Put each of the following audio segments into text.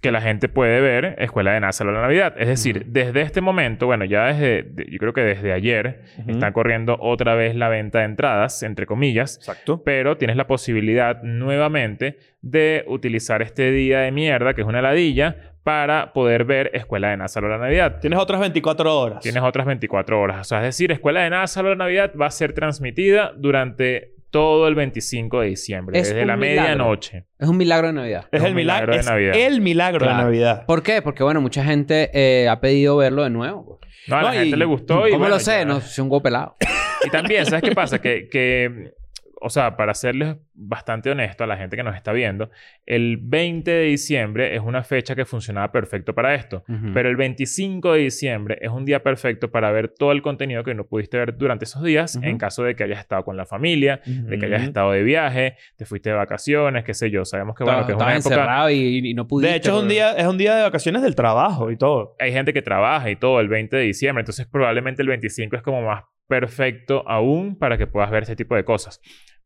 que la gente puede ver Escuela de NASA a la Navidad. Es decir, desde este momento, bueno, ya desde, de- yo creo que desde ayer, Ujú. está corriendo otra vez la venta de entradas, entre comillas, Exacto. pero tienes la posibilidad nuevamente de utilizar este día de mierda, que es una ladilla, para poder ver Escuela de NASA a la Navidad. Tienes otras 24 horas. Tienes otras 24 horas. O sea, es decir, Escuela de NASA a la Navidad va a ser transmitida durante todo el 25 de diciembre, Es desde un la milagro. medianoche. Es un milagro de Navidad. es el milagro, de Navidad. el milagro de Claro. Navidad. ¿Por qué? Porque, bueno, mucha gente eh, ha pedido verlo de nuevo. pues. No, a la No, y- gente le gustó y ¿Cómo bueno, lo sé? ya. No, soy un huevo pelado. Y también, ¿sabes qué pasa? Que, que, o sea, para serles bastante honesto a la gente que nos está viendo, el 20 de diciembre es una fecha que funcionaba perfecto para esto. Ujú. Pero el 25 de diciembre es un día perfecto para ver todo el contenido que no pudiste ver durante esos días Ujú. en caso de que hayas estado con la familia, de que hayas Ujú. estado de viaje, te fuiste de vacaciones, qué sé yo. Sabemos que, bueno, Estaba- que es estaba una época... encerrado y, y no pudiste. De hecho, es un, bro. día, es un día de vacaciones del trabajo y todo. Hay gente que trabaja y todo el 20 de diciembre, entonces probablemente el 25 es como más perfecto aún para que puedas ver ese tipo de cosas.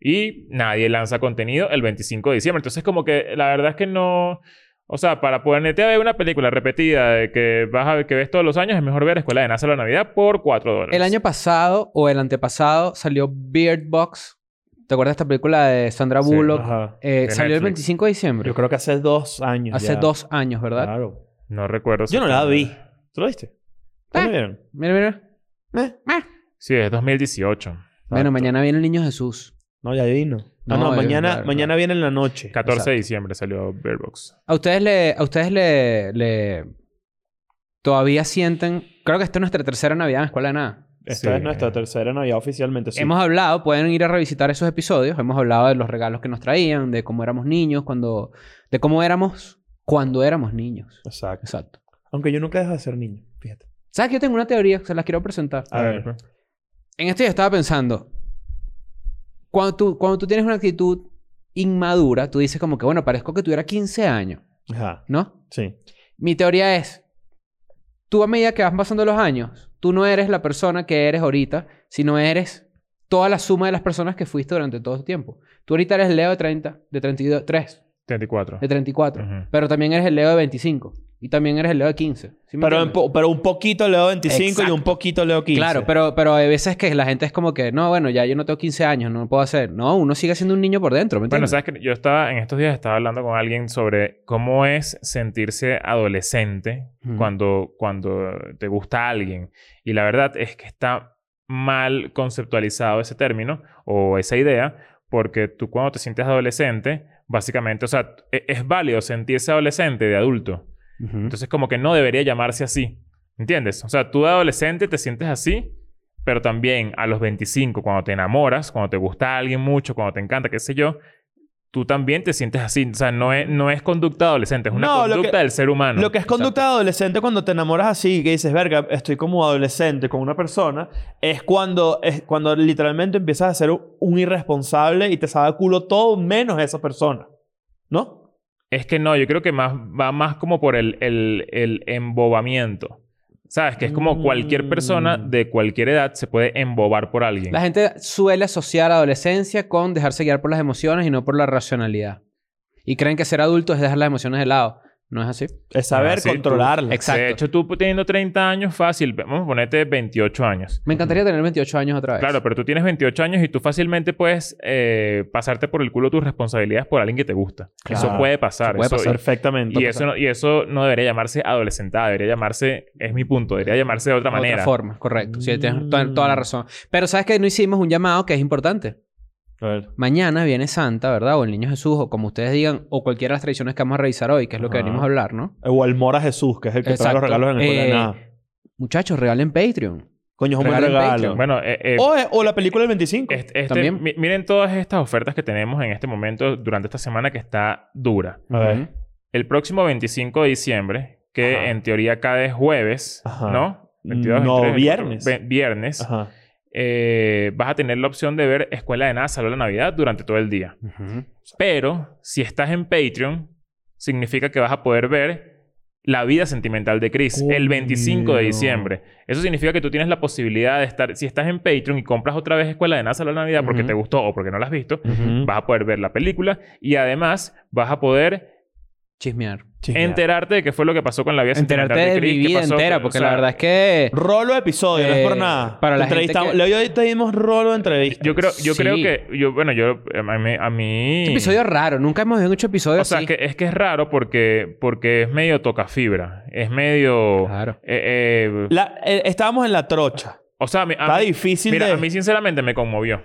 Y nadie lanza contenido el 25 de diciembre, entonces como que la verdad es que no... O sea, para ponerte a ver una película repetida de que vas a ver que ves todos los años, es mejor ver Escuela de NASA la Navidad por 4 dólares. El año pasado o el antepasado salió Beard Box. ¿Te acuerdas de esta película de Sandra Sí, Bullock? Ajá. Eh, De salió el Netflix. 25 de diciembre. Yo creo que hace dos años. Hace ya. dos años, ¿verdad? Ah. Claro. No recuerdo. Yo no la vi. ¿Tú la viste? ¿Tú la Eh. vieron? Mira, mira. Eh. ah. Sí, es 2018. Bueno, Exacto. mañana viene el niño Jesús. No, ya vino. Ah, No, no, No, es mañana, verdad, mañana viene en la noche. 14 Exacto. de diciembre salió Bearbox. A ustedes le. A ustedes le. le- Todavía sienten. Creo que esta es nuestra tercera Navidad en Escuela de Nada. Esta Sí. es nuestra tercera Navidad oficialmente. sí. Hemos hablado, pueden ir a revisitar esos episodios. Hemos hablado de los regalos que nos traían, de cómo éramos niños, cuando. de cómo éramos cuando éramos niños. Exacto. Exacto. Aunque yo nunca dejo de ser niño. Fíjate. ¿Sabes que yo tengo una teoría? Se las quiero presentar. A ver. En esto yo estaba pensando. Cuando tú, cuando tú tienes una actitud inmadura, tú dices como que, bueno, parezco que tuviera 15 años, Ajá. ¿no? Sí. Mi teoría es, tú a medida que vas pasando los años, tú no eres la persona que eres ahorita, sino eres toda la suma de las personas que fuiste durante todo el tiempo. Tú ahorita eres el Leo de 30, de 32, 3, 34. de 34, Ujú. pero también eres el Leo de 25 y también eres el Leo de 15. ¿sí me Pero, en entiendes? po- pero un poquito leo 25 y Exacto. un poquito leo 15. Claro, pero, pero hay veces que la gente es como que, no, bueno, ya yo no tengo 15 años, no puedo hacer. No, uno sigue siendo un niño por dentro, ¿me Bueno, entiendes? sabes que yo estaba en estos días estaba hablando con alguien sobre cómo es sentirse adolescente Ujú. cuando cuando te gusta alguien y la verdad es que está mal conceptualizado ese término o esa idea porque tú cuando te sientes adolescente básicamente, o sea, e- es válido sentirse adolescente de adulto. Ujú. Entonces como que no debería llamarse así, ¿entiendes? O sea, tú de adolescente te sientes así Pero también a los 25, cuando te enamoras, cuando te gusta alguien mucho, cuando te encanta, qué sé yo, tú también te sientes así. O sea, no es, no es conducta adolescente, es una No, lo conducta que- del ser Ah, humano. Lo que es conducta de adolescente cuando te enamoras así, que dices, verga, estoy como adolescente con una persona, es cuando, es cuando literalmente empiezas a ser un, un irresponsable y te sabe a culo todo menos esa persona. ¿No? Es que no, yo creo que más, va más como por el, el, el embobamiento. ¿Sabes? Que es como cualquier persona Mm. de cualquier edad se puede embobar por alguien. La gente suele asociar adolescencia con dejarse guiar por las emociones y no por la racionalidad. Y creen que ser adulto es dejar las emociones de lado. ¿No es así? Es saber Ah, sí, tú- controlarla. Exacto. De hecho, tú teniendo 30 años, fácil, vamos a ponerte 28 años. Me encantaría tener 28 años otra vez. Claro, pero tú tienes 28 años y tú fácilmente puedes eh, pasarte por el culo tus responsabilidades por alguien que te gusta. Claro. Eso puede pasar. Eso puede eso- pasar. Perfectamente. Y eso, no, y eso no debería llamarse adolescentada, debería llamarse, es mi punto, debería llamarse de otra De manera. otra forma, correcto. Sí, tienes Mm. to- toda la razón. Pero sabes que no hicimos un llamado que es importante. A ver. Mañana viene Santa, ¿verdad? O el Niño Jesús, o como ustedes digan, o cualquiera de las tradiciones que vamos a revisar hoy, que es lo que Ajá. venimos a hablar, ¿no? O el Mora Jesús, que es el que trae los Exacto. regalos en el Eh, de nada. Muchachos, regalen Patreon. Coño, es un buen regalen regalo. Patreon. Bueno, eh, eh, o, o la película del 25. este- este- también. mi- miren todas estas ofertas que tenemos en este momento durante esta semana que está dura. A ver. Ujú. El próximo 25 de diciembre, que Ajá. en teoría cada es jueves, Ajá. ¿no? No, 24, viernes. ve- viernes. Ajá. eh, vas a tener la opción de ver Escuela de Nada, Salón de la Navidad durante todo el día. Pero si estás en Patreon, significa que vas a poder ver La vida sentimental de Chris el 25 de Coño. diciembre. Eso significa que tú tienes la posibilidad de estar, si estás en Patreon y compras otra vez Escuela de Nada, Salón de la Navidad porque Ujú. te gustó o porque no la has visto, Ujú. vas a poder ver la película y además vas a poder Chismear. Chismear. Enterarte de qué fue lo que pasó con la vida sentimental Enterarte de Chris, mi qué vida pasó, entera, o porque sea, la verdad es que... Rolo episodio, no es por Eh, nada. para la gente Entrevistamos- que- Le- Hoy te dimos rolo de entrevista. Yo creo, yo creo Sí. que... Yo, bueno, yo... A mí... A mí Este episodio es raro. Nunca hemos hecho episodios o sea, así. que, es que es raro porque, porque es medio toca fibra. Es medio... Claro. eh, eh, La- eh, estábamos en la trocha. o sea, a mí, a Está mí- difícil mira, de... a mí sinceramente me conmovió.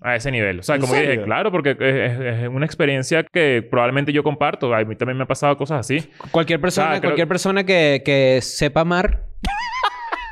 A ese nivel. O sea, ¿En como que dije, serio? claro, porque es, es- es una experiencia que probablemente yo comparto. A mí también me ha pasado cosas así. Cualquier persona, Ah, creo- cualquier persona que, que sepa amar...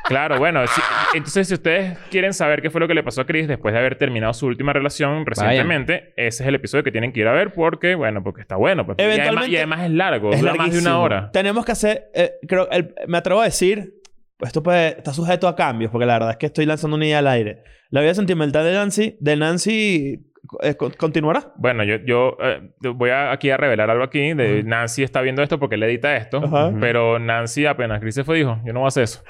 Claro, bueno. si- entonces, si ustedes quieren saber qué fue lo que le pasó a Chris después de haber terminado su última relación recientemente, ese es el episodio que tienen que ir a ver porque, bueno, porque está bueno. pues. Y además- Eventualmente- y, además, es largo. Es dura más de una larguísimo. hora. Tenemos que hacer... eh, creo, el- me atrevo a decir... Esto puede- está sujeto a cambios, porque la verdad es que estoy lanzando una idea al aire. La vida sentimental de Nancy, de Nancy eh, con- continuará. Bueno, yo, yo eh, voy a- aquí a revelar algo aquí. De, Nancy está viendo esto porque él edita esto. Ajá. Pero Nancy apenas Chris se fue dijo, yo no voy a hacer eso.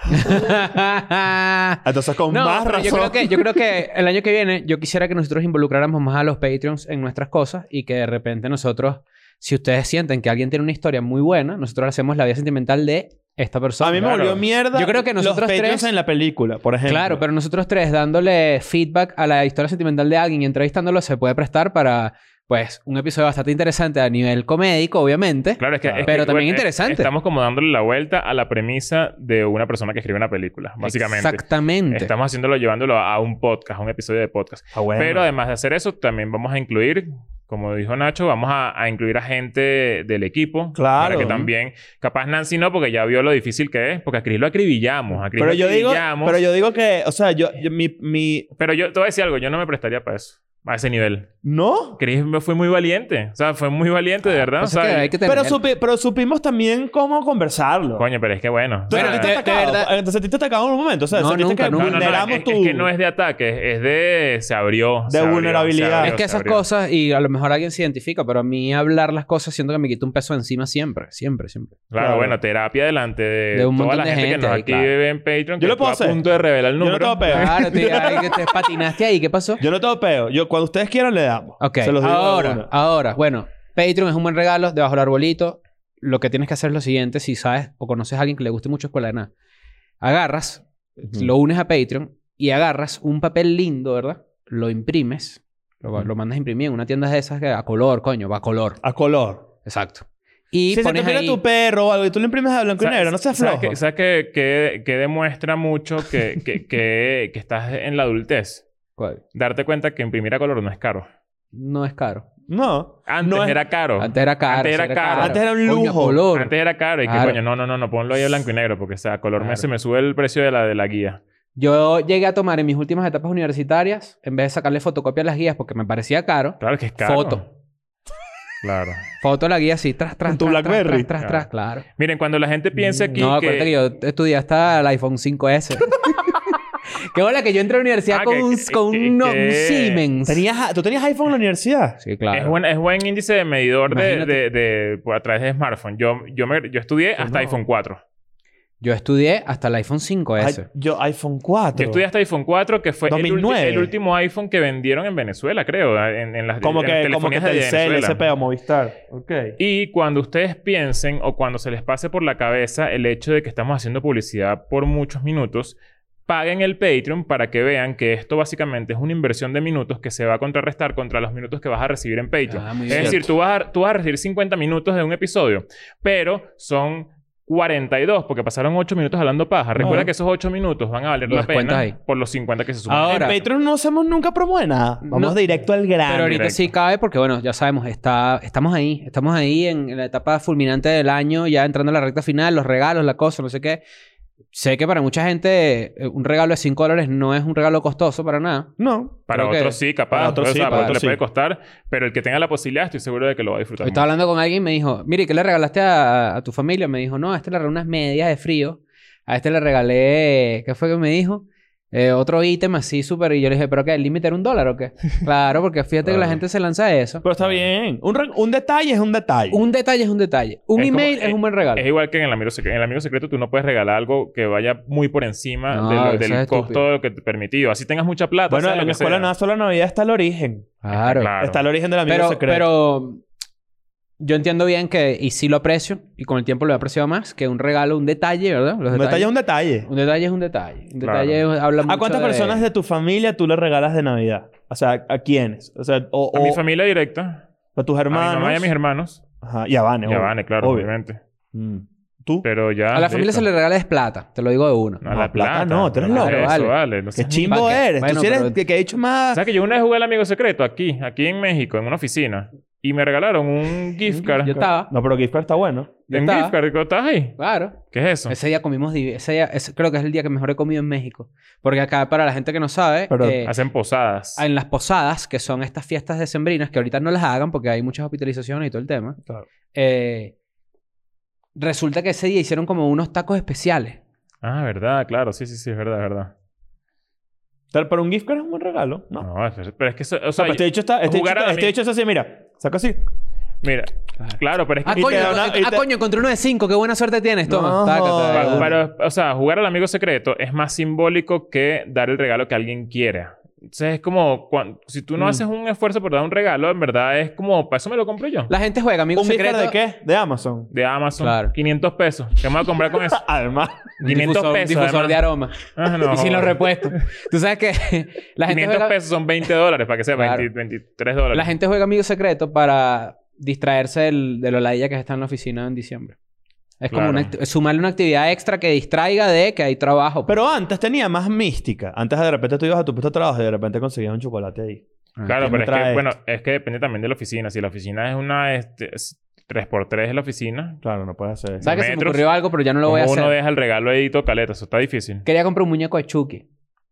Entonces, con No, más pero razón. yo creo, que, yo creo que el año que viene yo quisiera que nosotros involucráramos más a los Patreons en nuestras cosas y que de repente nosotros, si ustedes sienten que alguien tiene una historia muy buena, nosotros hacemos la vida sentimental de esta persona. a mí me Claro. volvió mierda. Yo creo que nosotros los Patreons tres- en la película, por ejemplo. Claro, pero nosotros tres dándole feedback a la historia sentimental de alguien y entrevistándolo se puede prestar para, pues, un episodio bastante interesante a nivel comédico, obviamente. Claro, es que... es Pero que, también bueno, es- interesante. Estamos como dándole la vuelta a la premisa de una persona que escribe una película, básicamente. Exactamente. Estamos haciéndolo, llevándolo a un podcast, a un episodio de podcast. Ah, bueno. Pero además de hacer eso, también vamos a incluir, como dijo Nacho, vamos a, a incluir a gente del equipo. Claro. Para que también, capaz Nancy no, porque ya vio lo difícil que es, porque a Chris lo acribillamos. A Chris Pero lo yo digo, acribillamos. pero yo digo que, o sea, yo, yo- mi, mi, Pero yo te voy a decir algo, yo no me prestaría para eso, a ese nivel. no. Chris me fue muy valiente, o sea, fue muy valiente, de verdad. O sea, o Ah, pues que sea, hay que tener- Pero, supi- pero supimos también cómo conversarlo. Coño, pero es que bueno. ¿Tú o sea, Bueno, sentiste de- de atacado? verdad- Eh, ¿Te sentiste atacado en un momento? O sea, No, sentiste nunca, que nunca. no, no, no, vulneramos es, tu... es que no es de ataque, es de se abrió. De se abrió, se vulnerabilidad. abrió, Es que se esas abrió. cosas, y a lo mejor alguien se identifica, pero a mí hablar las cosas siento que me quita un peso encima siempre, siempre, siempre. Claro, Claro. bueno, terapia delante de, De un toda montón la de gente, que gente nos ahí, aquí claro. ve en Patreon. Yo que lo puedo estoy hacer. a punto de revelar el Yo no número. tengo peo. Claro, tío, ahí que te patinaste ahí, ¿qué pasó? Yo no tengo peo. Yo, cuando ustedes quieran, le damos. Ok, Se los digo de ahora, una. ahora, bueno, Patreon es un buen regalo, debajo del arbolito. Lo que tienes que hacer es lo siguiente, si sabes o conoces a alguien que le guste mucho Escuela de Nada. Agarras, lo unes a Patreon y agarras un papel lindo, ¿verdad? Lo imprimes, lo, lo mandas a imprimir en una tienda de esas que a color, coño, va a color. A color. Exacto. Y si se te pones pierde ahí... tu perro o algo y tú lo imprimes a blanco y negro, no seas flojo. ¿Sabes, que, sabes que, que- que demuestra mucho que, que, que, que estás en la adultez? ¿Cuál? Darte cuenta que imprimir a color no es caro. No es caro. No. Antes No es- era caro. Antes era caro. Antes era sí caro. Antes era un Coño, lujo. color. Antes era caro y que Claro. coño, no, no, no, no, ponlo ahí a blanco y negro porque o sea, a color me- Claro. se me sube el precio de la, de la guía. Yo llegué a tomar en mis últimas etapas universitarias, en vez de sacarle fotocopia a las guías porque me parecía caro, Claro que es caro. Foto. Claro. foto a la guía así, tras, tras, Con tu tras, tras, BlackBerry. tras, tras, tras, claro. Miren, cuando la gente piensa aquí Mm, no, que... acuérdate que yo estudié hasta el iPhone 5S. Qué hola que yo entré a la universidad Ah, con, que- un, que- con que- un- que- un Siemens. ¿Tenías, ¿Tú tenías iPhone en la universidad? Sí, claro. Es buen, es buen índice de medidor de, Imagínate. Pues de- de- por- a través de smartphone. Yo, yo, me- yo estudié hasta no. iPhone 4. Yo estudié hasta el iPhone 5S. Ay, yo, iPhone 4. Yo estudié hasta iPhone 4, que fue el, ulti- 2009. el último iPhone que vendieron en Venezuela, creo. En, en las como en que, las como que telefonías de Telcel, Venezuela. SP o Movistar. Ok. Y cuando ustedes piensen o cuando se les pase por la cabeza el hecho de que estamos haciendo publicidad por muchos minutos, paguen el Patreon para que vean que esto básicamente es una inversión de minutos que se va a contrarrestar contra los minutos que vas a recibir en Patreon. Ah, muy es decir, tú vas, a, tú vas a recibir 50 minutos de un episodio, pero son 42 porque pasaron 8 minutos hablando paja. Recuerda Ah. que esos 8 minutos van a valer Los la pena descuentas ahí. por los 50 que se suman. Ahora, en Patreon no hacemos nunca promo de nada. Vamos No. directo al Pero grano. ahorita directo. sí cabe porque, bueno, ya sabemos, está, estamos ahí. Estamos ahí en la etapa fulminante del año, ya entrando a la recta final, los regalos, la cosa, no sé qué. Sé que para mucha gente eh, un regalo de 5 dólares no es un regalo costoso para nada. No. para creo que- otros sí, capaz. para otros o sea, sí, para para otros otros le puede sí. costar, pero el que tenga la posibilidad estoy seguro de que lo va a disfrutar. Hoy estaba hablando con alguien y me dijo, mire, ¿qué le regalaste a, a tu familia? Me dijo, no, a este le regalé unas medias de frío. A este le regalé, ¿qué fue que me dijo? Eh, otro ítem así súper. Y yo le dije, ¿pero qué? ¿El límite era un dólar o qué? Claro, porque fíjate que la Claro. gente se lanza de eso. Pero está bien. Un, re- un detalle es un detalle. Un detalle es un detalle. Un Es como- email es un buen regalo. Es igual que en el amigo secreto. En el amigo secreto tú no puedes regalar algo que vaya muy por encima No, de lo- eso del es estúpido. costo de lo que te permitido. Así tengas mucha plata. bueno, sea en lo la que escuela sea. nada, solo Navidad está el origen. Claro. Claro. Está el origen del amigo Pero, secreto. pero yo entiendo bien que, y sí lo aprecio, y con el tiempo lo he apreciado más, que un regalo, un detalle, ¿verdad? Los un detalle detalles- es un detalle. un detalle es un detalle. Un Claro. detalle es- habla mucho ¿A cuántas personas de tu familia tú le regalas de Navidad? O sea, ¿a quiénes? O sea, o, A mi o- familia directa. a tus hermanos. A mi mamá y a mis hermanos. Ajá, y a Vane. Y a obvio. Vane, claro, Obvio. obviamente. Mm. ¿Tú? Pero ya. A la familia se le regala es plata, te lo digo de una. No, a Ah, No, la plata. plata no, tú eres loco. Eso, Vale. vale. No ¡Qué seas- chimbo ¿pa' qué? eres! Bueno, tú sí eres pero- el que, que ha hecho más... ¿Sabes que yo una vez jugué al amigo secreto aquí, aquí en México, en una oficina? Y me regalaron un gift card. Yo estaba. No, pero Gift Card está bueno. yo ¿Un estaba. gift card? ¿Estás ahí? Claro. ¿Qué es eso? Ese día comimos... divi- Ese día, ese- creo que es el día que mejor he comido en México. Porque acá, para la gente que no sabe... Pero- eh, Hacen posadas. en las posadas, que son estas fiestas decembrinas, que ahorita no las hagan porque hay muchas hospitalizaciones y todo el tema. Claro. eh, resulta que ese día hicieron como unos tacos especiales. Ah, verdad, claro. Sí, sí, sí, es verdad, es verdad. Tal- Pero un gift card es un buen regalo, ¿no? No, es- pero es que. eso- O O sea, sea, pero este hecho está... Este hecho, jugar a está- la este min- hecho es así, mira. Saca así. mira, claro, pero es que. Ah, Y te coño, da una- enco- y ah, te- coño, encontré uno de cinco. Qué buena suerte tienes. Toma. No, Taca, Pa- taca. Claro. Pero, o sea, jugar al amigo secreto es más simbólico que dar el regalo que alguien quiera. Entonces es como, cuan- si tú no Mm. haces un esfuerzo por dar un regalo, en verdad es como, para eso me lo compro yo. La gente juega, amigo ¿Un gift secreto. card de qué? De Amazon. De Amazon. Claro. 500 pesos. ¿Qué me voy a comprar con eso? Además. 500 difusor, pesos, difusor además. de aroma. Ah, no. Y sin los repuestos. Tú sabes que la gente 500 juega, pesos son 20 dólares, para que sea Claro. 20 23 dólares. la gente juega amigo secreto para distraerse del, de lo ladilla que está en la oficina en diciembre. Es como Claro. una act- sumarle una actividad extra que distraiga de que hay trabajo. Pero antes tenía más mística. Antes de repente tú ibas a tu puesto de trabajo y de repente conseguías un chocolate ahí. Claro, pero ¿quién me es trae que, esto? bueno, es que depende también de la oficina. Si la oficina es una este, es 3x3 de la oficina, Claro, no puedes hacer eso. ¿Sabes que se me metros, ocurrió algo, pero ya no lo como voy a uno hacer? deja el regalo ahí todo caleta, eso está difícil. Quería comprar un muñeco de Chucky.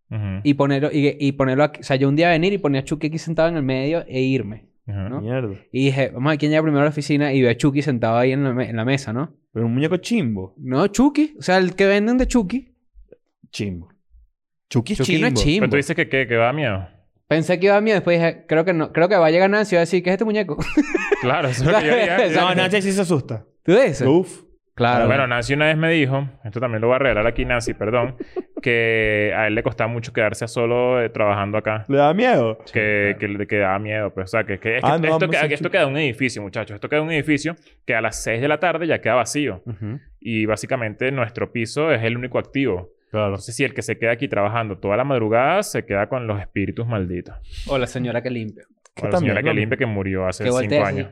Ujú, y ponerlo, y, y ponerlo aquí. O sea, yo un día venir y ponía a Chucky aquí sentado en el medio e irme. ujú. ¿no? Mierda. Y dije, vamos a ver quién llega primero a la oficina y veo a Chucky sentado ahí en la, me- en la mesa, ¿no? Pero un muñeco chimbo. No, Chucky. O sea, el que venden de Chucky. Chimbo. Chucky es Chucky chimbo. no es chimbo. Pero tú dices que, qué, que va a miedo. Pensé que iba a miedo. Después dije, creo que no. Creo que va a llegar Nancy y va a decir, ¿qué es este muñeco? Claro, eso es lo que yo haría. Exacto. No, Nancy sí se asusta. ¿Tú dices? Uf. Claro. Bueno, Nancy una vez me dijo, esto también lo voy a regalar aquí, Nancy, perdón, que a él le costaba mucho quedarse a solo eh, trabajando acá. ¿Le da miedo? Que, que le que daba miedo, pues, o sea, que, que- es que Ah, no, esto, vamos que- a que esto chup- queda un edificio, muchachos. Esto queda un edificio que a las 6 de la tarde ya queda vacío. Ujú. Y básicamente nuestro piso es el único activo. Claro. Entonces, si el que se queda aquí trabajando toda la madrugada se queda con los espíritus malditos. O la señora que limpia. O Que la también, señora que ¿no? limpia que murió hace Que 5 voltea así. años.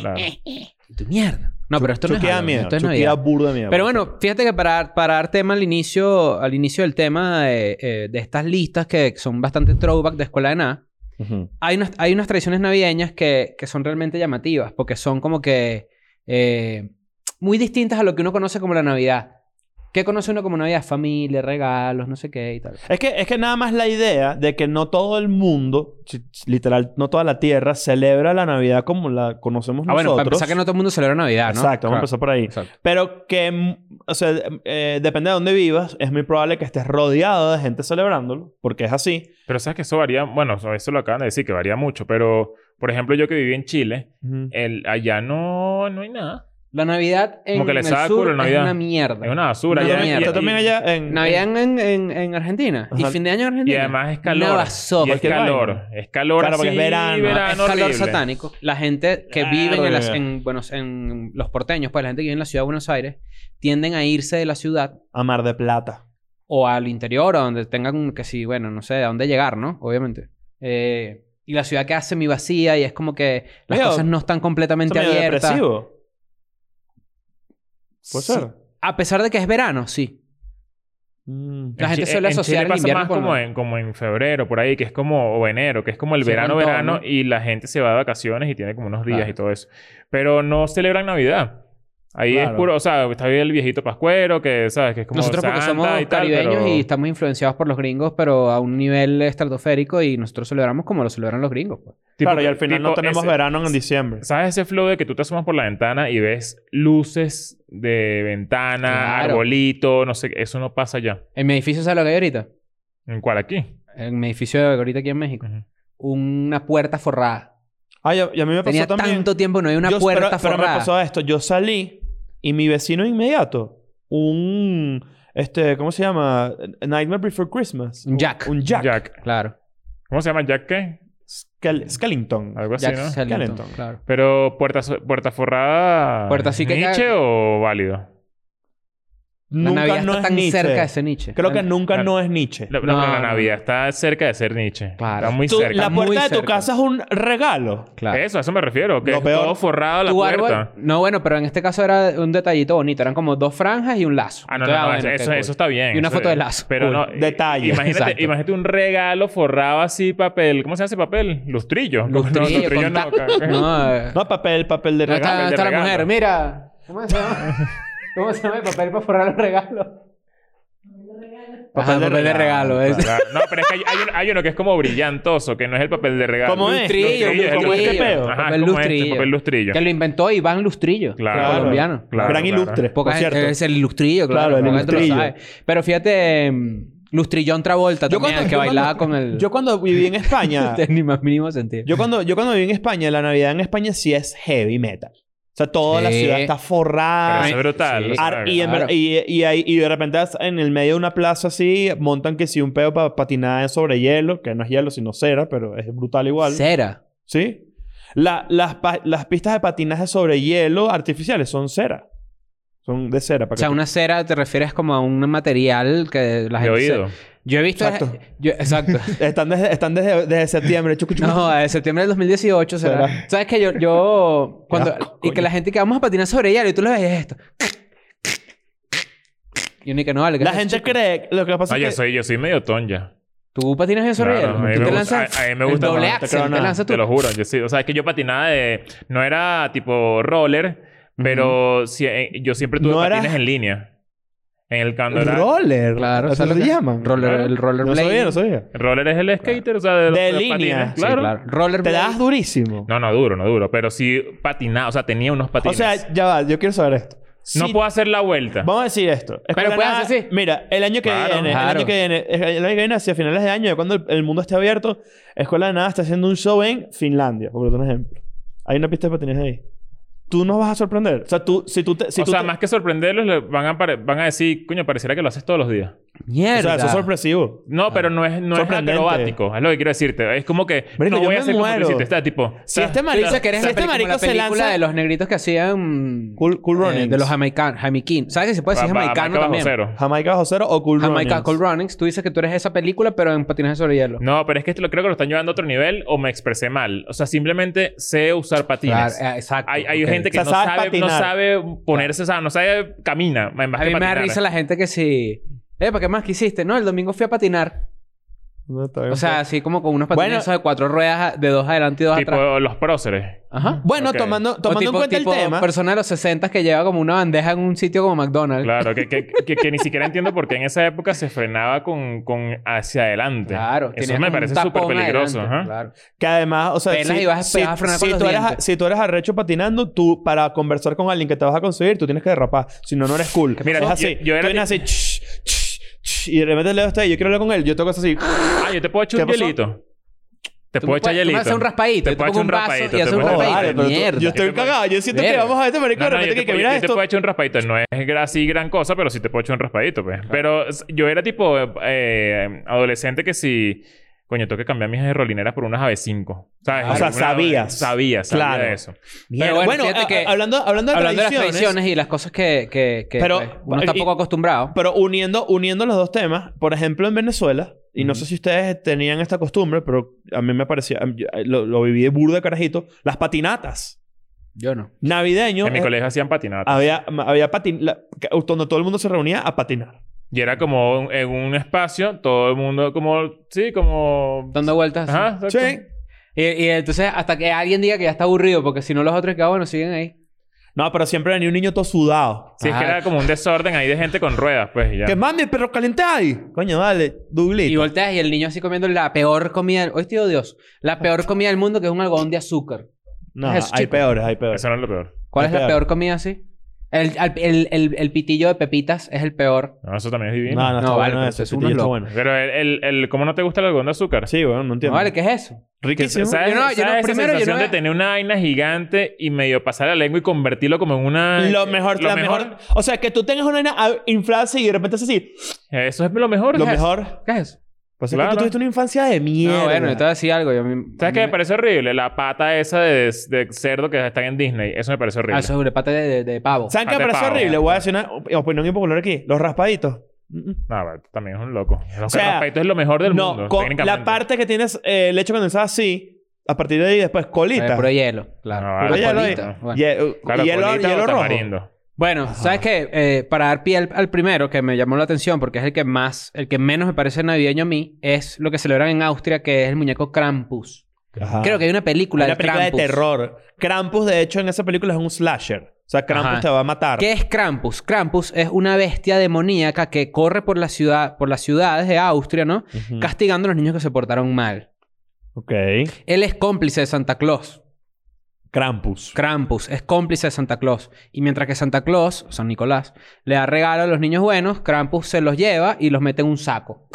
Claro. Y tú, mierda. No, pero esto no es Chucky da Halloween, miedo. Esto es Chucky Navidad. da burda de miedo. Pero bueno, fíjate que para, para dar tema al inicio, al inicio del tema de, eh, de estas listas que son bastante throwback de escuela de nada, Ujú. hay unas, hay unas tradiciones navideñas que, que son realmente llamativas porque son como que eh, muy distintas a lo que uno conoce como la Navidad. ¿Qué conoce uno como Navidad? Familia, regalos, no sé qué y tal. Es que, es que nada más la idea de que no todo el mundo, si- si- literal, no toda la tierra, celebra la Navidad como la conocemos Ah, bueno, nosotros. para empezar que no todo el mundo celebra Navidad, ¿no? Exacto, vamos a empezar por ahí. Exacto. Pero que, mm, o sea, eh, depende de dónde vivas, es muy probable que estés rodeado de gente celebrándolo, porque es así. Pero sabes que eso varía, bueno, eso lo acaban de decir, que varía mucho, pero por ejemplo yo que viví en Chile, Eh, el, allá no, no hay nada. La Navidad en, Como que le el saca sur culo la es Navidad. una mierda. Es una basura. No, allá- no, y- mierda. Está y- también allá en... Navidad en, en- en Argentina. Y Ajá. fin de año en Y Argentina. además es calor. Una y basura. es Cualquier calor. vaina. Es calor. Claro, porque así, es verano. es calor horrible. satánico. La gente que vive en, Verga. las- en, bueno, en los porteños, pues la gente que vive en la ciudad de Buenos Aires, tienden a irse de la ciudad A Mar de Plata. o al interior, o donde tengan que sí, bueno, no sé, a dónde llegar, ¿no? Obviamente. Eh, y la ciudad queda semi vacía y es como que las Medio- cosas no están Eso completamente medio abiertas. depresivo. Puede Sí. ser. A pesar de que es verano, sí. Mm. La En gente Chi- suele en Chile asociar el pasa invierno más con como, la- en, como en febrero, por ahí, que es como o enero, que es como el Sí, con verano, todo, verano, ¿no? y la gente se va de vacaciones y tiene como unos días Claro. y todo eso. Pero no celebran Navidad. Ahí es Claro. puro, o sea, está bien el viejito pascuero, que sabes que es como nosotros porque Santa somos y tal, caribeños pero- y estamos influenciados por los gringos, pero a un nivel estratosférico y nosotros celebramos como lo celebran los gringos. pues. tipo- claro, y al final no tipo tenemos ese- verano en diciembre. ¿Sabes ese flow de que tú te asomas por la ventana y ves luces de ventana, Claro. arbolito, no sé, qué? eso no pasa ya. En mi edificio, ¿sabes lo que hay ahorita? ¿En cuál aquí? En mi edificio ahorita aquí en México. Ujú. Una puerta forrada. Ah, y a, y a mí me pasó Tenía también... tanto tiempo que no había una Yo- puerta pero, pero forrada. me pasó esto. Yo salí y mi vecino inmediato, un... Este, ¿cómo se llama? Nightmare Before Christmas. Un Jack. Un Jack. Jack. Claro. ¿Cómo se llama? ¿Jack qué? Skel- Skellington. Algo así, Jack ¿no? Skellington, Skellington. Claro. Pero puerta, so- puerta forrada. Puerta sí que- ¿Nietzsche o válido? La nunca Navidad no está es tan Nietzsche. cerca de ese Nietzsche. Creo que La- nunca Em, Claro. no es Nietzsche. La, la- No, la no. Navidad está cerca de ser Nietzsche. Claro. Está muy Tú- cerca. la Está muy puerta de tu cerca. casa es un regalo. Claro. Eso, a eso me refiero. Que Lo es peor. todo forrado la Tu puerta. árbol... No, bueno, pero en este caso era un detallito bonito. Eran como dos franjas y un lazo. Ah, no, no, Entonces, no, bueno, eso, qué eso, cool. eso está bien. Y una Eso- foto de lazo. Pero Cool. no. eh, Detalle. Imagínate, Exacto. imagínate un regalo forrado así, papel. ¿Cómo se hace papel? Lustrillo. Lustrillo, No, lustrillo con no. ta- ca- No, eh. No, papel, papel de ¿Dónde regalo, regalo. está, dónde el de está la regalo. mujer? Mira. ¿Cómo se llama? ¿Cómo se llama el papel para forrar los regalos? Ajá, Papel de papel de regalo, regalo. es- Claro. No, pero es que hay, hay uno, hay uno que es como brillantoso, que no es el papel de regalo. ¿Cómo es? Lustrillo, Lustrillo, es el ¿Cómo es este lustrillo. peo? Ajá, Papel es como este, lustrillo. papel lustrillo. Que lo inventó Iván Lustrillo. Claro. Colombiano. Claro, Gran claro. ilustre, por Poca gente- cierto. Es el lustrillo, claro. Claro, el poca gente lo lustrillo. sabe. Pero fíjate, mm, lustrillón Travolta Yo también, cuando- que yo bailaba cuando- con el. Este. Yo cuando viví en España, ni más mínimo sentido. yo cuando yo cuando viví en España, la Navidad en España sí es heavy metal. O sea, toda la Sí. ciudad está Pero forrada. eso es brutal. sí. o sea, Ar- y, en claro. ver- y, y ahí- y de repente as- en el medio de una plaza así montan que si un pedo para patinar sobre hielo, que no es hielo sino cera, pero es brutal igual. Cera. ¿Sí? La- las, pa- las pistas de patinaje sobre hielo artificiales son cera. Son de cera. Para O sea, que- una cera te refieres como a un material que la de gente. se- oído. Yo he visto. Exacto. yo- exacto. Están desde, están desde, desde septiembre. Chucu, chucu. No, de septiembre del 2018 será. Será. ¿Sabes que Yo. yo cuando, asco, y que coño. la gente que vamos a patinar sobre hielo y tú le ves esto. Y uno y que no vale. ¿qué La estás gente chico? cree... Lo que pasa No, es yo que... soy, yo soy medio ton ya. Tú patinas en sobre Claro, hielo. a mí Tú me te gusta- lanzas. a- a mí me el gusta doble más, no te creo axel. Te nada. lanzas tú. Te lo juro, yo sí. O sea, es que yo patinaba de. No era tipo roller, pero sí, eh, yo siempre tuve No era- patines en línea. En el cuando era- Roller. Claro, ¿Así ¿sabes se lo que- llaman? Roller, el No rollerblade. sabía, no sabía. Roller es el skater, o sea, de, los- De los línea. patines, Sí, claro. claro. Rollerblade. Te das durísimo. No, no, duro, no duro. Pero sí patinaba, o sea, tenía unos o patines. sea, ya va. Yo quiero saber esto. no Si- puedo hacer la vuelta. Vamos a decir esto. Escuela puedes nada- hacer así. Mira, el año que Claro, viene, el claro. año que viene, el año que viene, hacia finales de año, ya cuando el, el mundo esté abierto, Escuela de Nada está haciendo un show en Finlandia, por otro ejemplo. Hay una pista de patines ahí. Tú nos vas a sorprender. O sea, tú, si tú te. Si o tú sea, te- más que sorprenderlos, le van a, pare- van a decir, coño, pareciera que lo haces todos los días. o Mierda. sea, eso es sorpresivo. No, pero no es, no es Ah, Sorprendente. acrobático. Es lo que quiero decirte. Es como que Marico, no yo voy a me hacer como tú muero. hiciste. Está tipo... Si ta- este Tú dices marico, que eres si la este película, marico la se película lanza. de los negritos que hacían... Cool, cool eh, Runnings. de los jamaicanos. Jamaiquín. ¿Sabes que se puede va- decir va- jamaicano marca Ah, bajo también? cero. Jamaica bajo cero o Cool Jamaica Runnings. Cool Runnings. Tú dices que tú eres esa película, pero en patinaje sobre hielo. No, pero es que esto lo, creo que lo están llevando a otro nivel o me expresé mal. O sea, simplemente sé usar patines. Claro, eh, exacto. hay hay Ok. gente que ah, O sea, no, sabes sabe, no patinar. sabe ponerse, o sea, no sabe camina. En A mí me da risa la gente que si... Eh, ¿para qué más que hiciste? No, el domingo fui a patinar. No, está bien. pues. O sea, así como con unos patines Bueno. esos de cuatro ruedas, de dos adelante y dos Tipo atrás. los próceres. Ajá. bueno, ok. tomando, O tomando tipo- en cuenta tipo el tema. persona de los 60 que lleva como una bandeja en un sitio como McDonald's. Claro, que, que, que, que ni siquiera entiendo por qué en esa época se frenaba con, con hacia adelante. Claro, Eso tenía me como un parece tapón súper peligroso. adelante, ajá. Claro. Que además, o sea, Pelas y vas a pegar a frenar con los tú eres, dientes. si tú eres arrecho patinando, tú para conversar con alguien que te vas a conseguir, tú tienes que derrapar. Si no, no eres cool. Mira, es yo- así. yo era tú vienes así, ch, ch, ch, y de repente Leo está ahí, yo quiero hablar con él, yo tengo cosas así. Ah, yo te puedo echar ¿Qué un pasó? hielito. Te Tú puedo me echar puedes- tú me hielito. haces un raspadito, Te yo te puedo echar pongo un un vaso raspadito. y te haces un puedo- Oh, raspadito. vale, pero tú- mierda. yo estoy cagado. Yo siento que Verga. vamos a este marico No, de no, yo repente te, que, que puedo- mira yo te esto. puedo echar un raspadito. No es gra- así gran cosa, pero sí te puedo echar un raspadito, pues. Pero s- yo era tipo eh, adolescente que si... Coño, tengo que cambiar mis rolineras por unas AB5. ¿Sabes? Ah. O sea, Una- sabías. Sabía, sabía Claro. de eso. Mierda. bueno, bueno, fíjate a- que- a- hablando, hablando, de, Hablando de las tradiciones, tradiciones y las cosas que, que, que, Pero- pues, uno eh, está y- poco acostumbrado. Pero uniendo, uniendo los dos temas, por ejemplo, en Venezuela, y no sé si ustedes tenían esta costumbre, pero a mí me parecía, a mí- yo- eh, lo, lo viví de burda de carajito, las patinatas. Yo no. Navideño. en mi eh, colegio hacían patinatas. había, había patin la- donde todo el mundo se reunía a patinar. Y era como un- en un espacio, todo el mundo como... Sí, como... Dando vueltas. así. Ajá, exacto. Sí. Y, y entonces hasta que alguien diga que ya está aburrido, porque si no los otros que ah, bueno siguen ahí. No, pero siempre venía un niño todo sudado. Sí, es que Ah. era como un desorden ahí de gente con ruedas, pues y ya. Que mami, perro caliente ahí. Coño, dale, Y dublito. volteas y el niño así comiendo la peor comida. Del... Hoy estoy odioso. La peor comida del mundo que es un algodón de azúcar. No, Eso, hay chico. peores, hay peores. Eso no es lo peor. ¿Cuál El es la peor. peor comida así? El, al- el, el, el pitillo de pepitas es el peor. No, eso también es divino. No, no, está No, vale, bueno pero eso. es ese unos tío está locos. bueno. Pero el, el, el- ¿Cómo no te gusta el algodón de azúcar? Sí, bueno, no No, entiendo. vale, ¿qué es eso? Riquísimo. ¿Sabes, Yo no- yo sabes no- esa primero, yo sensación no- de tener una vaina gigante y medio pasar la lengua y convertirlo como en una... eh, Lo mejor, lo la mejor. O sea, que tú tengas una nena ah, inflada y de repente es así. Eso es lo mejor. Lo ¿sabes? mejor. ¿Qué es eso? Pues es Claro. que tú tuviste una infancia de mierda. No, bueno, yo te voy a decir algo. Yo, a mí- ¿Sabes qué a me mí- parece horrible? La pata esa de, de cerdo que están en Disney. Eso me parece horrible. Ah, eso es una pata de, de, de pavo. Eh, ¿Saben qué Ah, me te parece pago. horrible? Voy a decir una op- opinión impopular aquí. Los raspaditos. Mm, mm. No, pero tú también es un loco. Los o sea, es lo mejor del no, mundo. con técnicamente. la parte que tienes eh, leche condensada así, a partir de ahí después colita. Eh, Puro hielo, claro. No, Puro vale. hielo, colita, eh. bueno. Ye- uh, Claro, hielo, colita o hielo rojo. tamarindo. Bueno, ¿sabes qué? Eh, para dar pie al, al primero, que me llamó la atención, porque es el que más, el que menos me parece navideño a mí, es lo que celebran en Austria, que es el muñeco Krampus. Ajá. Creo que hay una película Ah. Una de película Krampus. de terror. Krampus, de hecho, en esa película es un slasher. O sea, Krampus Ajá. te va a matar. ¿Qué es Krampus? Krampus es una bestia demoníaca que corre por la ciudad, por las ciudades de Austria, ¿no? Ujú. Castigando a los niños que se portaron mal. Ok. Él es cómplice de Santa Claus. Krampus. Krampus es cómplice de Santa Claus. Y mientras que Santa Claus, San Nicolás, le da regalo a los niños buenos, Krampus se los lleva y los mete en un saco.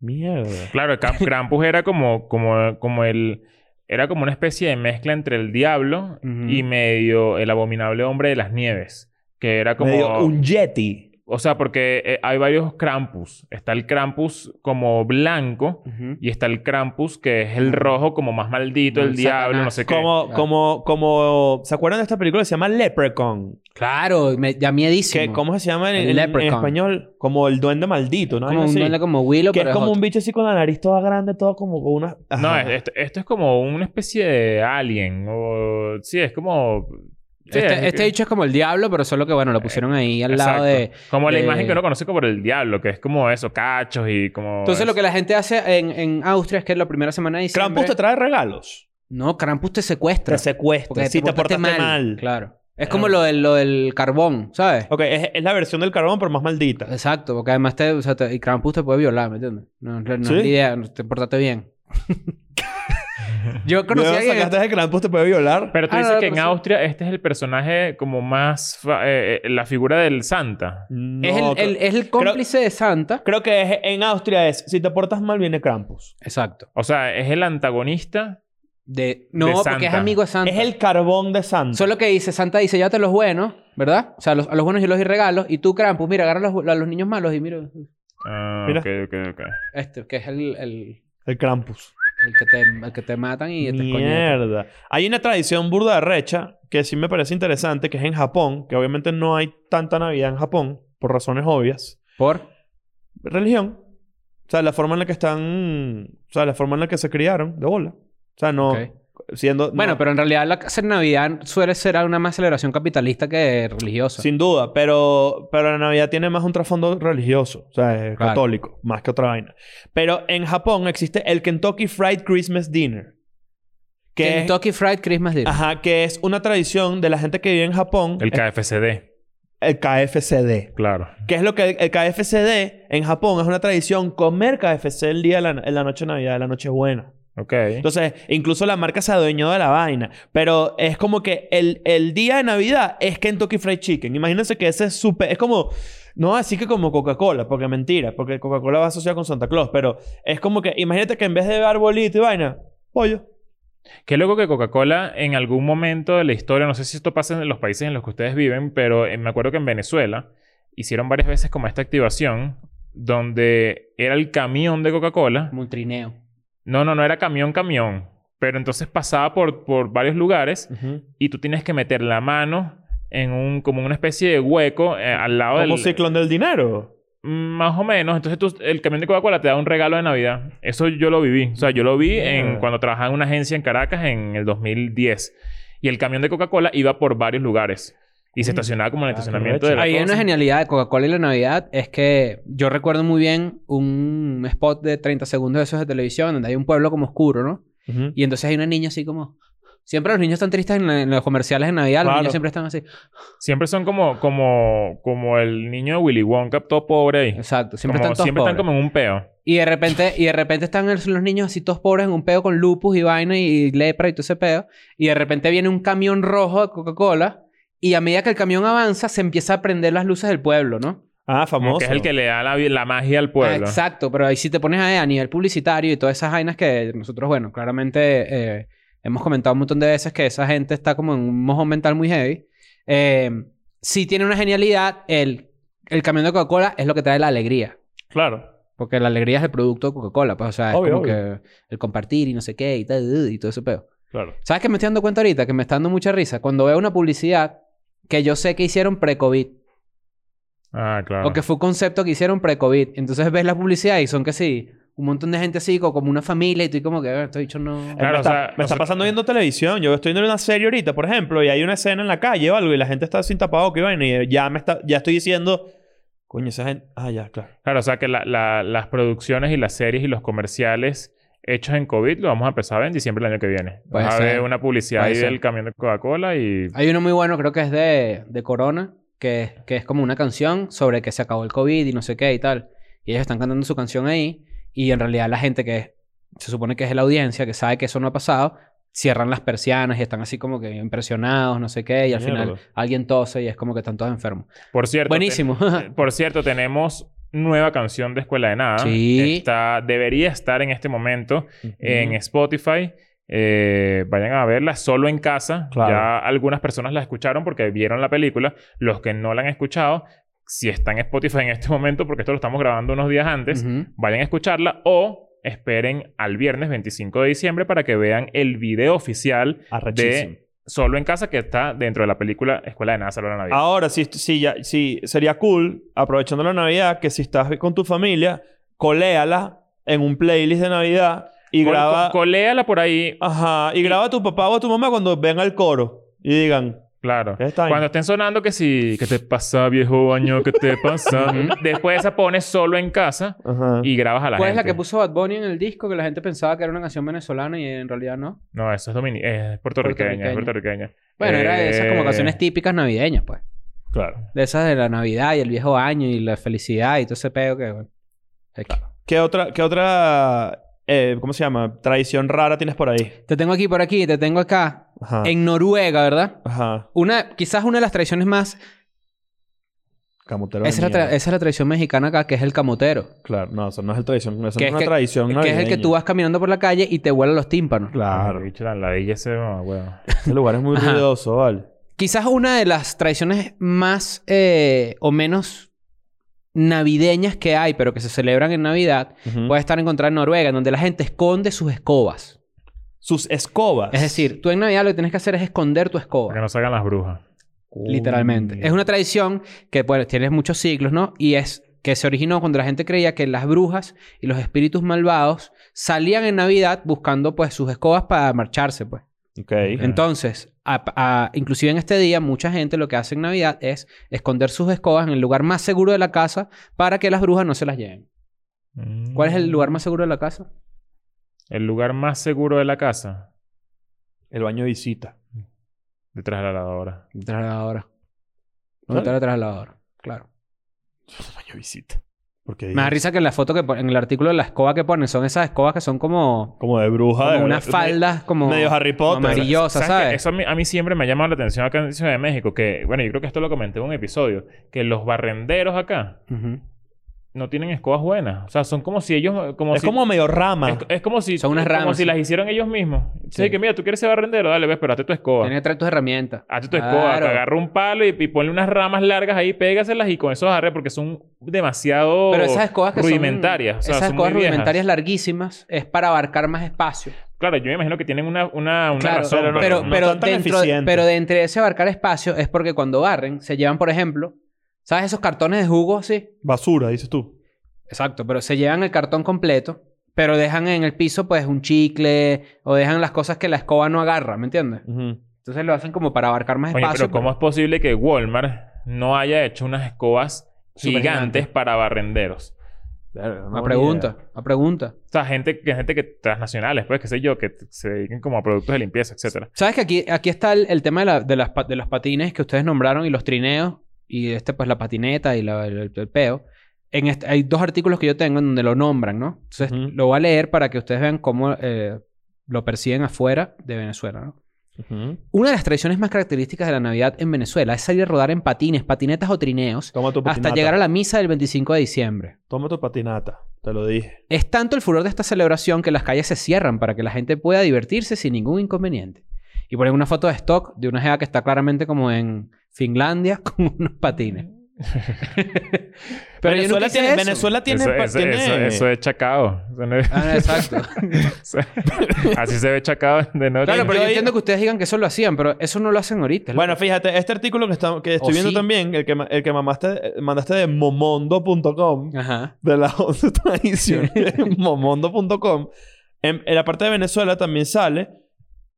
Mierda. Claro, el Kramp- Krampus era como, como, como el. Era como una especie de mezcla entre el diablo Ujú. y medio el abominable hombre de las nieves. Que era como. Medio un yeti. O sea, porque eh, hay varios Krampus. Está el Krampus como blanco y está el Krampus que es el rojo como más maldito, Como el el diablo, Satanás. no sé qué. Como, Claro. como, como. ¿Se acuerdan de esta película que se llama Leprechaun? Claro, me, ya miedísimo. Que, ¿Cómo se llama en, El en- en Leprechaun. español? Como el duende maldito, ¿no? Como Algo un así. duende como Willow, que pero es como un bicho así con la nariz toda grande, todo como con una. No, Ajá. es- esto, esto es como una especie de alien. O... Sí, es como. sí, Este, es- este bicho es como el diablo, pero solo que, bueno, Eh, lo pusieron ahí al Exacto. lado de... Como la de- imagen que uno conoce como el diablo, que es como eso, cachos y como. Entonces lo eso. que la gente hace en, en Austria es que la primera semana de diciembre... Krampus te trae regalos. No, Krampus te secuestra. Te secuestra. Si te portaste mal. Ah. Claro. Es Claro. como lo, del- lo del carbón, ¿sabes? Ok, es, es la versión del carbón, pero más maldita. Exacto, porque además te, o sea, te- y Krampus te puede violar, ¿me entiendes? No, no ¿Sí? es la idea, no, te portaste bien. Yo conocí a Luego alguien... sacaste de Krampus te puede violar. Pero tú Ah, no, dices no, que pero en sí. Austria este es el personaje como más... fa- eh, eh, la figura del santa. No, Es, el, el- creo- es el cómplice de Santa. Creo que es- en Austria es: si te portas mal, viene Krampus. Exacto. O sea, es el antagonista. De, no, De porque es Santa. amigo de Santa. Es el carbón de Santa. Solo que dice, Santa dice, llévate los buenos, ¿verdad? O sea, los- a los buenos yo los di regalos. Y tú, Krampus, mira, agarra los, a los niños malos y mira. Ah, Mira. ok, ok, ok. Este, que es el, el, El Krampus. el que, te, el que te matan y te escoñetan. Mierda. Hay una tradición burda de recha que sí me parece interesante, que es en Japón, que obviamente no hay tanta Navidad en Japón, por razones obvias. Por. Religión. O sea, la forma en la que están. O sea, la forma en la que se criaron, de bola. O sea, no. Ok. Siendo, no, Bueno, pero en realidad la casa de Navidad suele ser una más celebración capitalista que religiosa. Sin duda, pero, pero la Navidad tiene más un trasfondo religioso, o sea, es Claro. católico, más que otra vaina. Pero en Japón existe el Kentucky Fried Christmas Dinner. Que es- Kentucky Fried Christmas Dinner. ajá, que es una tradición de la gente que vive en Japón, El KFCD, el KFCD. claro. ¿Qué es lo que el KFCD en Japón es una tradición? Comer KFC el día de la, en la noche de Navidad, de la noche buena. Ok. Entonces, incluso la marca se adueñó de la vaina. Pero es como que el, el día de Navidad es Kentucky Fried Chicken. Imagínense que ese es súper... Es como... No así que como Coca-Cola, porque mentira. Porque Coca-Cola va asociada con Santa Claus. Pero es como que... Imagínate que en vez de arbolito y vaina... Pollo. Qué loco que Coca-Cola en algún momento de la historia, no sé si esto pasa en los países en los que ustedes viven, pero eh, me acuerdo que en Venezuela hicieron varias veces como esta activación donde era el camión de Coca-Cola. Como un trineo. No, no, no era camión, camión. Pero entonces pasaba por, por varios lugares y tú tienes que meter la mano en un, como una especie de hueco eh, al lado Como del... ciclón del dinero. Más o menos. Entonces tú- el camión de Coca-Cola te da un regalo de Navidad. Eso yo lo viví. O sea, yo lo vi en, Mierda. cuando trabajaba en una agencia en Caracas en el 2010. Y el camión de Coca-Cola iba por varios lugares. Y se Coño. estacionaba como en el Ah, qué estacionamiento arrecho. de la Hay cosa. una genialidad de Coca-Cola y la Navidad. Es que yo recuerdo muy bien un spot de 30 segundos de esos de televisión donde hay un pueblo como oscuro, ¿no? Y entonces hay una niña así como... Siempre los niños están tristes en, la- en los comerciales de Navidad. Los Claro. niños siempre están así. Siempre son como, como, como el niño de Willy Wonka, todo pobre ahí. Exacto. Siempre Como- están todos siempre pobres. están como en un peo. Y de repente, y de repente están el- los niños así todos pobres en un pedo con lupus y vaina y lepra y todo ese pedo. Y de repente viene un camión rojo de Coca-Cola. Y a medida que el camión avanza, se empieza a prender las luces del pueblo, ¿no? Ah, famoso. Como que es el que le da la, vi- la magia al pueblo. Ah, exacto, pero ahí sí te pones a, a nivel publicitario y todas esas vainas que nosotros, bueno, claramente eh, hemos comentado un montón de veces que esa gente está como en un mojón mental muy heavy. Eh, sí tiene una genialidad, el, el camión de Coca-Cola es lo que trae la alegría. Claro. Porque la alegría es el producto de Coca-Cola, pues, o sea, es Obvio, como que el compartir y no sé qué y, tal, y todo ese pedo. Claro. ¿Sabes qué me estoy dando cuenta ahorita? Que me está dando mucha risa. Cuando veo una publicidad que yo sé que hicieron pre-COVID, Ah, claro. o que fue un concepto que hicieron pre-COVID, entonces ves la publicidad y son que sí, un montón de gente así, co- como una familia, y tú como que, "Ah, esto dicho no. Claro, me o está, sea, o me está sea- pasando viendo televisión. Yo estoy viendo una serie ahorita, por ejemplo, y hay una escena en la calle o algo y la gente está sin tapabocas y vaina, y ya me está, ya estoy diciendo, coño, esa gente, ah, ya, claro. Claro, o sea que la- la- las producciones y las series y los comerciales hechos en COVID lo vamos a empezar a ver en diciembre del año que viene. Puede Vas a ser. ver una publicidad Puede ahí ser. Ah, del camión de Coca-Cola y... Hay uno muy bueno, creo que es de, de Corona, que, que es como una canción sobre que se acabó el COVID y no sé qué y tal. Y ellos están cantando su canción ahí, y en realidad la gente que se supone que es la audiencia, que sabe que eso no ha pasado, cierran las persianas y están así como que impresionados, no sé qué, y al final Mierda. alguien alguien tose y es como que están todos enfermos. Por cierto... Buenísimo. ten- por cierto, tenemos nueva canción de Escuela de Nada. Sí. Está, debería estar en este momento en Ujú. Spotify. Eh, vayan a verla solo en casa. Claro. Ya algunas personas la escucharon porque vieron la película. Los que no la han escuchado, si está en Spotify en este momento, porque esto lo estamos grabando unos días antes, Ujú. vayan a escucharla o esperen al viernes 25 de diciembre para que vean el video oficial Arrechísimo. de Solo en Casa que está dentro de la película Escuela de Nada, Salón a la Navidad. Ahora, sí, sí, ya, sí, sería cool, aprovechando la Navidad, que si estás con tu familia, coléala en un playlist de Navidad y Col- graba, co- coléala por ahí, ajá, y graba a tu papá o a tu mamá cuando venga al coro y digan, claro. ¿qué está Cuando estén sonando que si... ¿Qué te pasa, viejo año? ¿Qué te pasa? Después esa pones Solo en Casa Ajá. y grabas a la ¿Cuál es gente. la que puso Bad Bunny en el disco que la gente pensaba que era una canción venezolana y en realidad no? No, eso es, domini- es puertorriqueña, es puertorriqueña. Bueno, era de esas como Eh, canciones típicas navideñas, pues. Claro. De esas de la Navidad y el viejo año y la felicidad y todo ese pedo que, bueno. Aquí. ¿Qué otra, qué otra, eh, cómo se llama? Tradición rara tienes por ahí. Te tengo aquí por aquí, te tengo Ah. acá. Ajá. En Noruega, ¿verdad? Ajá. Una, quizás una de las tradiciones más... Camotero. de Esa es, la tra- mierda. esa es la tradición mexicana acá, que es el camotero. Claro, no, eso no es el tradición. Eso Que no es es una que- tradición. que es el que navideña. tú vas caminando por la calle y te vuelan los tímpanos. Claro. Claro. Bicho, la ladilla ese, no, huevo. Ese lugar es muy Ajá. ruidoso, ¿vale? Quizás una de las tradiciones más eh, o menos navideñas que hay, pero que se celebran en Navidad, Ujú. puede estar encontrada en Noruega, en donde la gente esconde sus escobas. Sus escobas. Es decir, tú en Navidad lo que tienes que hacer es esconder tu escoba. Para que no salgan las brujas. Literalmente. Coño. Es una tradición que, bueno, tienes muchos siglos, ¿no? Y es que se originó cuando la gente creía que las brujas y los espíritus malvados salían en Navidad buscando pues sus escobas para marcharse, pues. Ok. Entonces, a- a- inclusive en este día, mucha gente lo que hace en Navidad es esconder sus escobas en el lugar más seguro de la casa para que las brujas no se las lleven. ¿Cuál es el lugar más seguro de la casa? Mm. El lugar más seguro de la casa. El baño de visita. Detrás de la lavadora. Detrás de la lavadora. ¿Cuál? ¿Dónde está detrás de la lavadora? Claro. El baño de visita. Porque Me da risa que en la foto que pon- en el artículo de la escoba que ponen son esas escobas que son como, Como de bruja. como de- unas de- faldas como Medio Harry Potter. amarillosas, qué? ¿sabes? Eso a mí, a mí siempre me ha llamado la atención acá en Ciudad de México. Que, bueno, yo creo que esto lo comenté en un episodio. Que los barrenderos acá Ujú. no tienen escobas buenas. O sea, son como si ellos... Como Es si- como medio rama. Es, es como si... Son unas Como ramas, si sí. las hicieron ellos mismos. Entonces, Sí. que mira, tú quieres ser barrendero, dale, ves, pero hazte tu escoba. Tienes que traer tus herramientas. Hazte tu escoba, Claro. agarra un palo y, y ponle unas ramas largas ahí, pégaselas y con eso agarre porque son demasiado Pero esas escobas que son- rudimentarias. o sea, esas son muy escobas viejas. rudimentarias larguísimas es para abarcar más espacio. Claro, yo me imagino que tienen una, una, una Claro, razón. pero no- pero, no pero son tan dentro, eficientes. pero de entre ese abarcar espacio es porque cuando barren, se llevan, por ejemplo, ¿sabes esos cartones de jugo? Sí. Basura, dices tú. Exacto, pero se llevan el cartón completo, pero dejan en el piso, pues, un chicle o dejan las cosas que la escoba no agarra, ¿me entiendes? Ujú. Entonces lo hacen como para abarcar más Oye, espacio. pues. pero ¿cómo es posible que Walmart no haya hecho unas escobas Supergigantes. gigantes para barrenderos? Una pregunta, una pregunta. O sea, gente, que- gente que transnacionales, pues, qué sé yo, que t- se dediquen como a productos de limpieza, etcétera. ¿Sabes que aquí, aquí está el, el tema de, la- de las, pa- de los patines que ustedes nombraron y los trineos? Y este, pues, la patineta y la- el, el peo. En este- hay dos artículos que yo tengo en donde lo nombran, ¿no? Entonces, Ujú. lo voy a leer para que ustedes vean cómo eh, lo perciben afuera de Venezuela, ¿no? Ujú. Una de las tradiciones más características de la Navidad en Venezuela es salir a rodar en patines, patinetas o trineos Toma tu patinata. hasta llegar a la misa del 25 de diciembre. Toma tu patinata. Te lo dije. Es tanto el furor de esta celebración que las calles se cierran para que la gente pueda divertirse sin ningún inconveniente. Y ponen una foto de stock de una jeva que está claramente como en Finlandia con unos patines. Pero yo Venezuela nunca hice tiene, eso. Venezuela tiene, Eso, pa- eso- tiene- eso- eso es chacao. Eso no es- Ah, no, exacto. Así se ve chacao de noche. claro, pero yo Yo- entiendo que ustedes digan que eso lo hacían, pero eso no lo hacen ahorita. es lo Bueno, que- fíjate, este artículo que, está- que estoy O viendo sí. también, el que, ma- el que mamaste- eh, mandaste de momondo.com, Ajá. de las 11 tradiciones, momondo.com, en, en la parte de Venezuela también sale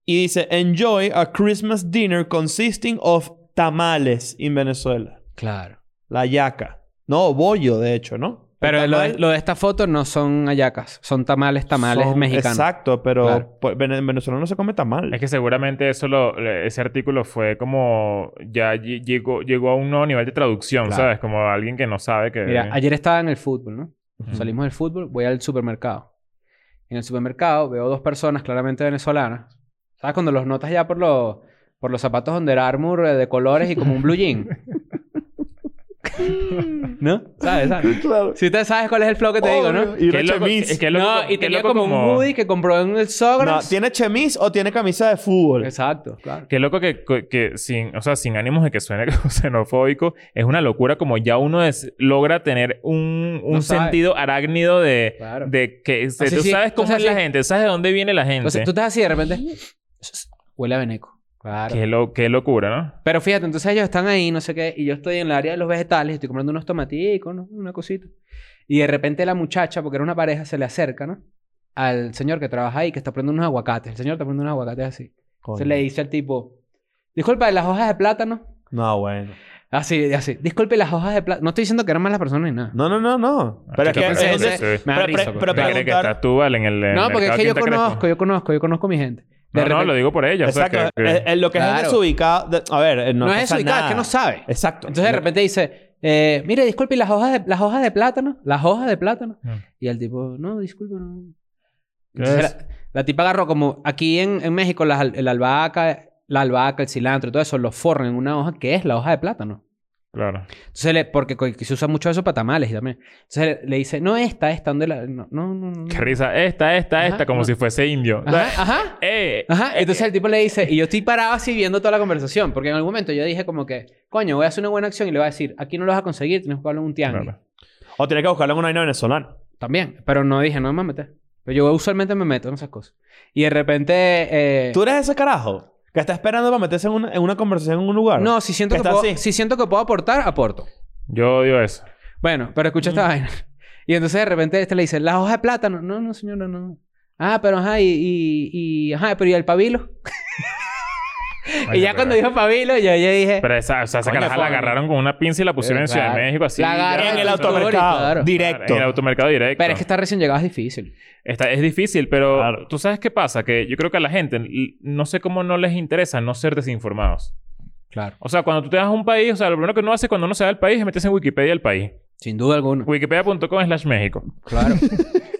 y dice: Enjoy a Christmas dinner consisting of tamales in Venezuela. Claro. La yaca. No, bollo, de hecho, ¿no? El Pero lo de, tamal lo de esta foto no son ayacas, son tamales, tamales son- mexicanos. Exacto, pero Claro. pues, Vene- en Venezuela no se come tamal. Es que seguramente eso lo, le- ese artículo fue como ya lle- llegó, llegó a un nuevo nivel de traducción, Claro. ¿sabes? Como alguien que no sabe que. Mira, ayer estaba en el fútbol, ¿no? Ujú. Salimos del fútbol, voy al supermercado. En el supermercado veo dos personas claramente venezolanas. ¿Sabes? Cuando los notas ya por los, por los zapatos Under Armour eh, de colores y como un blue jean. ¿No? ¿Sabes? ¿Sabes? Claro. Si ustedes sabes cuál es el flow que te digo, ¿no? Obvio. Y Qué una loco- chemise. es que loco- No, Oh, qué y tenía loco como un hoodie que compró en el No, Sogras. ¿tiene chemis o tiene camisa de fútbol? Exacto, claro. Qué loco que, que- que sin, o sea, sin ánimos de que suene como xenofóbico, es una locura como ya uno es- logra tener un, un No sabe. sentido arácnido de, Claro. de que se- Así tú sí, sabes tú cómo sabes es la sí. gente, sabes de dónde viene la gente. Entonces tú estás así de repente. Huele a veneco. Claro. qué, lo- qué locura, ¿no? Pero fíjate, entonces ellos están ahí, no sé qué, y yo estoy en el área de los vegetales, estoy comprando unos tomaticos, ¿no? una cosita. Y de repente la muchacha, porque era una pareja, se le acerca, ¿no? Al señor que trabaja ahí, que está poniendo unos aguacates. El señor está poniendo unos aguacates así. Se Coño. le dice al tipo, disculpa, ¿y las hojas de plátano? No, bueno. Así, así. Disculpe, ¿las hojas de plátano? No estoy diciendo que eran malas personas ni nada. No, no, no, no. Pero es Aquí que... está Ah, pensé, es- presente, es- sí. Me da pero- risa, pero- pues. pero- ¿Tú crees que preguntar- está Túbal en el en No, el porque es mercado que yo Quinta Crespo? conozco, yo conozco, yo conozco mi gente. No, De no, repente- lo digo por ella. o sea, Exacto. eh, que- que- es- es lo que Claro. es desubicado... de- a ver, eh, no, No, es pasa eso, y claro, nada. es que no sabe. Exacto. Entonces de repente dice, eh, mire, disculpe, ¿y las hojas de, las hojas de plátano? ¿Las hojas de plátano? Mm. Y el tipo, no, disculpe, no. ¿Qué Entonces es? la, la tipa agarró como aquí en, en México las al- el albahaca, la albahaca, el cilantro y todo eso lo forran en una hoja que es la hoja de plátano. Claro. Entonces le, porque co- se usa mucho eso para tamales y también. Entonces le, le dice, no esta, esta, ¿dónde la...? No, no, no. no. Qué risa. Esta, esta, Mm. Ajá, esta, como no. si fuese indio. Ajá, ajá. Eh, Ajá, eh, entonces el tipo le dice, y yo estoy parado así viendo toda la conversación, porque en algún momento yo dije como que, coño, voy a hacer una buena acción y le voy a decir, aquí no lo vas a conseguir, tienes que buscarlo en un tianguis. eh, Claro. O tiene que buscarlo en una vaina venezolana. También, pero no dije, no me voy a meter. Pero yo usualmente me meto en esas cosas. Y de repente... eh, ¿Tú eres ese carajo? Que está esperando para meterse en una, en una conversación en un lugar. No, si siento, que Está puedo, así. si siento que puedo aportar, aporto. Yo odio eso. Bueno, pero escucha esta vaina. Y entonces de repente este le dice, las hojas de plátano. No, no, señora, no. Ah, pero ajá, y, y, y- ajá, pero ¿y el pabilo? y Coño, ya cuando pero- dijo pabilo, yo, yo dije... Pero esa, o sea, esa Coño, caraja la coño. agarraron con una pinza y la pusieron en Ciudad de Claro. México así. La ya, agarran en el eso- automercado, claro. directo. En el automercado directo. Pero es que esta recién llegada es difícil. Está- es difícil, pero Claro. tú sabes qué pasa, que yo creo que a la gente, l- no sé cómo no les interesa no ser desinformados. Claro. O sea, cuando tú te das a un país, o sea, lo primero que uno hace cuando uno se va al país es meterse en Wikipedia del país. Sin duda alguna. Wikipedia.com slash México. Claro.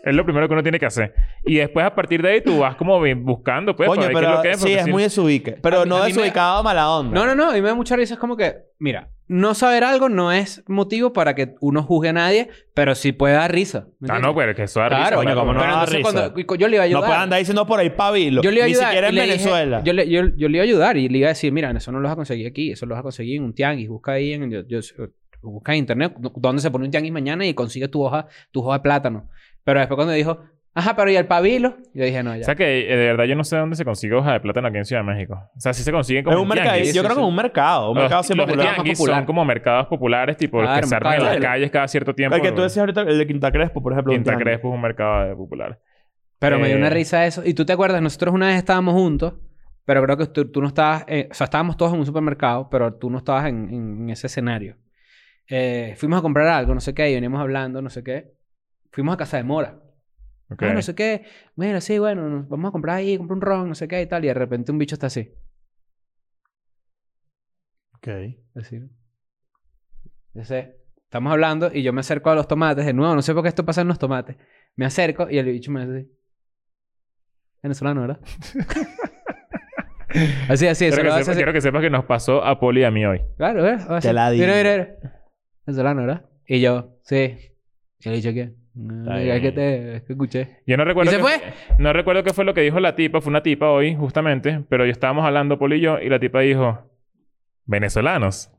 Es lo primero que uno tiene que hacer. Y después, a partir de ahí, tú vas como bien buscando, pues, Coño, para ver qué es pero lo que es. sí, porque es si- muy desubique. Pero A mí- no a mí me- desubicado mala onda. No, no, no. Y me da mucha risa. Es como que, mira, no saber algo no es motivo para que uno juzgue a nadie, pero sí puede dar risa. ¿me Ah, entiendes? no, pero es que eso da risa, Claro. Coño, cómo no pero da entonces risa. cuando- y co- yo le iba a No ayudar. puedes andar diciendo por ahí pabilo. Yo le iba a Ni ayudar. siquiera y en le dije- Venezuela. yo, le, yo, yo le iba a ayudar y le iba a decir, mira, eso no lo vas a conseguir aquí. Eso lo vas a conseguir en un tianguis. Busca ahí en... yo- yo- busca en internet dónde se pone un tianguis mañana y consigue tu hoja, tu hoja de plátano. Pero después cuando dijo, ajá, pero ¿y el pabilo? Yo dije, no, O ya. sea que eh, de verdad yo no sé dónde se consigue hoja de plátano aquí en Ciudad de México. O sea, sí se consiguen como Es un en mercado. tianguis. Yo creo que es un mercado. Un Los- mercado siempre los popular. tianguis Más popular. son como mercados populares, tipo los Claro, que se arman en las mercado. calles cada cierto tiempo. El que tú decías ahorita, el de Quinta Crespo, por ejemplo. un Quinta tianguis. Crespo es un mercado de- popular. Pero me dio Eh, una risa eso. Y tú te acuerdas, nosotros una vez estábamos juntos, pero creo que tú, tú no estabas, eh, o sea, estábamos todos en un supermercado, pero tú no estabas en, en- en ese escenario. Eh, fuimos a comprar algo, no sé qué, y veníamos hablando, no sé qué. Fuimos a casa de Mora. Ok. Ah, no sé qué. Bueno, sí, bueno, nos vamos a comprar ahí, comprar un ron, no sé qué y tal. Y de repente un bicho está así. Ok. Así. Yo sé. Estamos hablando y yo me acerco a los tomates. De nuevo, no sé por qué esto pasa en los tomates. Me acerco y el bicho me hace así. Venezolano, ¿verdad? así, así. Quiero eso que, lo hace sepa- así. quiero que sepas que nos pasó a Poli y a mí hoy. Claro, ¿verdad? Así. Te la di. Mira, mira, mira. Venezolano, ¿verdad? Y yo, sí. Y el bicho, ¿qué? No, bien. es que te es que escuché. Yo no recuerdo. ¿Y se qué- fue? No recuerdo qué fue lo que dijo la tipa. Fue una tipa hoy, justamente. Pero yo estábamos hablando, Poli y yo, y la tipa dijo: Venezolanos.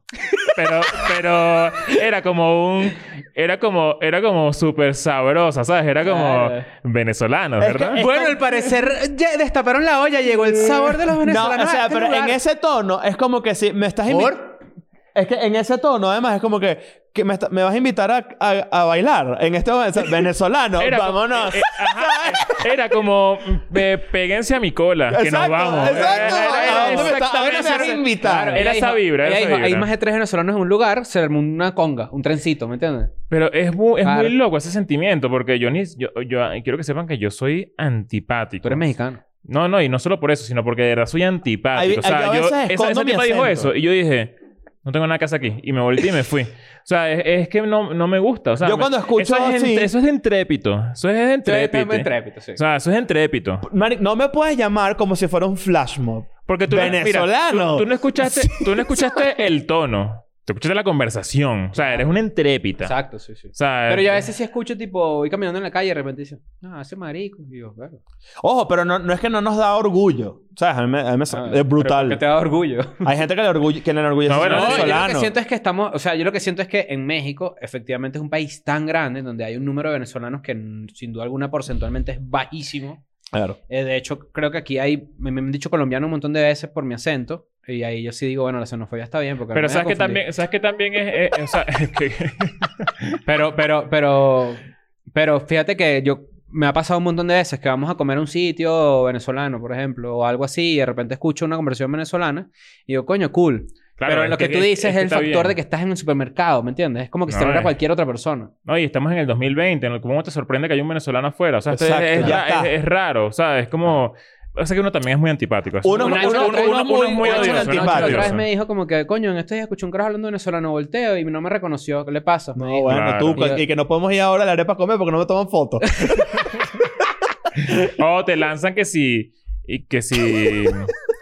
Pero, pero era como un. Era como, era como súper sabrosa, ¿sabes? Era como Claro. venezolanos, Es que- ¿verdad? es- Bueno, al parecer ya destaparon la olla, llegó el sabor de los No, venezolanos. o a sea, este pero lugar. en ese tono es como que si me estás invitando. Es que en ese tono, además, es como que, que me, está- me vas a invitar a, a, a bailar en este momento. Venezolano, Era como- vámonos. eh, eh, ajá. era como, eh, péguense a mi cola, que nos Exacto, vamos. exacto. Era- era- ¿A dónde me está- a dónde me esa- vas a invitar? era Ella esa dijo- vibra, ella esa dijo, hay vibra. más de tres venezolanos en un lugar, se armó una conga, un trencito, ¿me entiendes? Pero es, mu- es Claro. muy loco ese sentimiento, porque yo ni... Yo, yo- quiero que sepan que yo soy antipático. Tú eres mexicano. No, no, y no solo por eso, sino porque de verdad soy antipático. Ahí- o sea, ahí a yo... veces Esa, escondo esa mi tipa dijo acento. eso y yo dije... No tengo nada que hacer aquí. Y me volteé y me fui. O sea, es, es que no, no me gusta. O sea, Yo me- cuando escucho Eso es, así- ent- eso es de intrépito. Eso es de Tú eres intrépito. trépito, sí. O sea, eso es de intrépito. Mari- no me puedes llamar como si fuera un flash mob. Porque tú No, mira, tú, Venezolano. tú no escuchaste, tú no escuchaste el tono. Tú escuchaste la conversación. O sea, eres una intrépita. Exacto, sí, sí. O sea, Pero yo a veces sí escucho, tipo, voy caminando en la calle y de repente dice, no, ese marico. Y yo, claro. Ojo, pero no, no es que no nos da orgullo. ¿Sabes? A mí me, a mí Ah, me- es Que brutal. Ah, te da orgullo. Hay gente que le orgulle, que le enorgullece No, ser bueno, No, yo lo que venezolano. siento es que estamos, o sea, yo lo que siento es que en México efectivamente es un país tan grande donde hay un número de venezolanos que mm, sin duda alguna porcentualmente es bajísimo. Claro. Eh, de hecho, creo que aquí hay, me, me han dicho colombiano un montón de veces por mi acento. Y ahí yo sí digo, bueno, la xenofobia está bien. Porque Pero me voy a sabes que confundir. también, sabes que también es, eh, eh, o sea, que- Pero, pero, pero, pero fíjate que yo me ha pasado un montón de veces que vamos a comer a un sitio venezolano, por ejemplo, o algo así, y de repente escucho una conversación venezolana y digo, coño, cool. claro, pero es lo que, tú dices es, que el está factor bien. de que estás en un supermercado, ¿me entiendes? Es como que No, se lo eh. a cualquier otra persona. No, y estamos en el 2020, en el- ¿cómo te sorprende que hay un venezolano afuera? O sea, esto es- Exacto, es, ya ra- está. es- es raro, o sea, es como o sea que uno también es muy antipático. Eso- Uno- uno, uno- uno- uno- uno es muy uno es odioso. uno es antipático. otra vez odioso. me dijo como que, coño, en estos días escuché un carajo hablando venezolano, volteo y no me reconoció. ¿Qué le pasa? No, Me dijo. bueno, Claro. tú. Y que no podemos ir ahora a la arepa a comer porque no me toman fotos. O te lanzan que si. Y que si.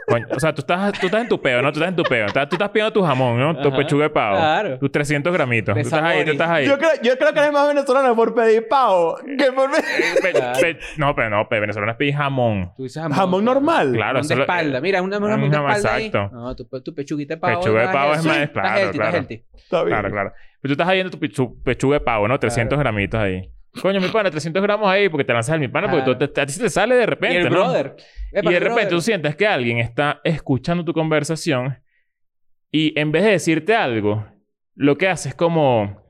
Coño, o sea, tú estás, tú estás en tu peo, ¿no? Tú estás en tu peo. Estás- tú estás pidiendo tu jamón, ¿no? Tu Ajá. pechuga de pavo. Claro. Tus 300 gramitos. De tú estás ahí, tú sabores. estás ahí. Yo creo, yo creo que eres más venezolano por pedir pavo que por pedir... Pe- pe- no, pero no, pero venezolanos piden jamón. Tú dices jamón normal. Claro, Jamón de solo- espalda. Mira, una, una, jamón de Ajá, espalda ahí. exacto. No, pues, tu, tu pechuguita de pavo. Pechuga de está pavo es healthy, más- está claro, healthy, está claro. healthy. Está bien. Claro, claro. Pero tú estás ahí viendo tu pichu- pechuga de pavo, ¿no? 300 gramitos ahí. Coño, mi pana, 300 gramos ahí porque te lanzas al mi pana porque Claro. tú, te- a ti se te sale de repente, y el ¿no? brother. Y de repente tú sientes que alguien está escuchando tu conversación y en vez de decirte algo, lo que hace es como...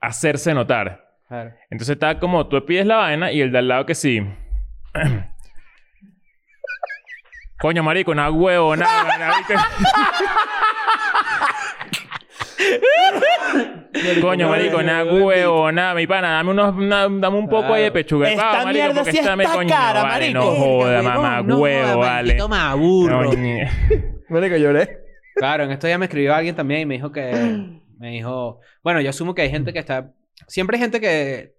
hacerse notar. Claro. Entonces está como tú pides la vaina y el de al lado que sí. Coño, marico, una huevona. huevona, ¿viste? Coño, marico, una huevona. Mi pana, dame, unos, una- dame un poco ahí de Claro. pechuga. Esta Ah, marico, mierda porque sí esta me- está coño, cara, vale, marico. No joda, mamá, huevo, vale. Toma aburro. Coño. Marico, lloré. Claro, en estos días me escribió alguien también y me dijo que. Me dijo. Bueno, yo asumo que hay gente que está. Siempre hay gente que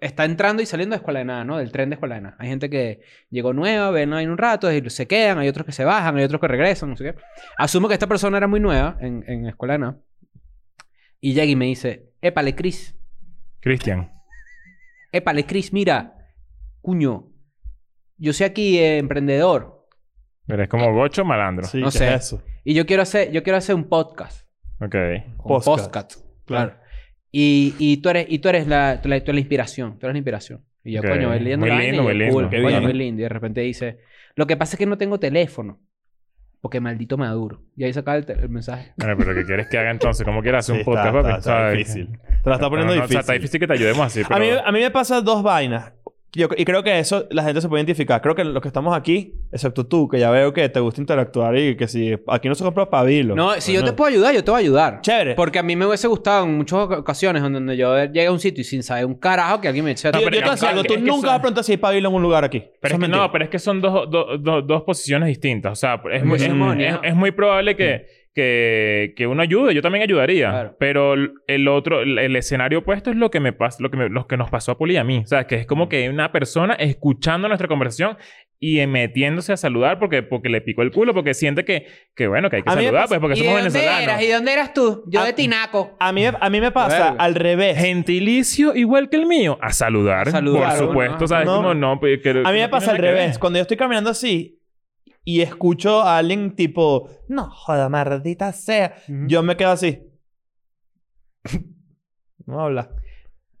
está entrando y saliendo de escuela de nada, ¿no? Del tren de escuela de nada. Hay gente que llegó nueva, ven ahí un rato y se quedan, hay otros que se bajan, hay otros que regresan, no sé qué. Asumo que esta persona era muy nueva en, en escuela de nada. Y llega y me dice: Épale, Cris. Cristian. Épale, Cris, mira. Cuño. Yo soy aquí eh, emprendedor. Pero es como bocho malandro. Sí, No ¿qué sé. es eso? Y yo quiero hacer, yo quiero hacer un podcast. Ok. con Podcast. Postcat. Claro. Y, y tú eres, y tú eres la, tú la, tú eres la inspiración. Tú eres la inspiración. Y yo, Ok. coño, voy leyendo Muy la vaina lindo, y yo, muy lindo. cool, Qué coño, bien. muy lindo. Y de repente dice, lo que pasa es que no tengo teléfono. Porque maldito Maduro. Y ahí saca el, te- el mensaje. Bueno, pero ¿qué quieres que haga entonces? ¿Cómo quieres hacer Sí, un podcast, está, papi? está, está ¿Sabes? difícil. Te la está No, poniendo no, o sea, difícil. está difícil que te ayudemos así, pero... A mí, a mí me pasan dos vainas. Yo- y creo que eso la gente se puede identificar. Creo que los que estamos aquí, excepto tú, que ya veo que te gusta interactuar y que si aquí no se compra pabilo. No, si yo te puedo ayudar, yo te voy a ayudar. Chévere. Porque a mí me hubiese gustado en muchas oca- ocasiones donde donde yo llegué a un sitio y sin saber un carajo que alguien me eche Yo, yo pero te voy a decir es algo. que- Tú es que nunca son- vas a preguntar si hay pabilo en un lugar aquí. Pero es Eso que, mentira. no, pero es que son dos, dos- dos- dos posiciones distintas. O sea, es muy, es, Hegemonía. es- es muy probable que, Mm. que, que uno ayude. Yo también ayudaría. Claro. Pero el- el otro, el, el escenario opuesto es lo que me pas- lo que, me- lo que nos pasó a Puli y a mí. O sea, que es Mm. como que una persona escuchando nuestra conversación y eh, metiéndose a saludar porque, porque le picó el culo, porque siente que, que bueno, que hay que A mí me saludar, pasa- pues, porque ¿Y de somos dónde eras? ¿Y venezolanos. de dónde eras tú? Yo Ah. de Tinaco. A mí, me- a mí me pasa Verga. al revés. Gentilicio igual que el mío. A saludar. A saludar, por ¿no? supuesto. ¿Sabes? No. Como no, pues, que- A mí me no pasa al tiene nada que revés. Cuando yo estoy caminando así y escucho a alguien tipo, no joda, maldita sea, yo me quedo así. no habla.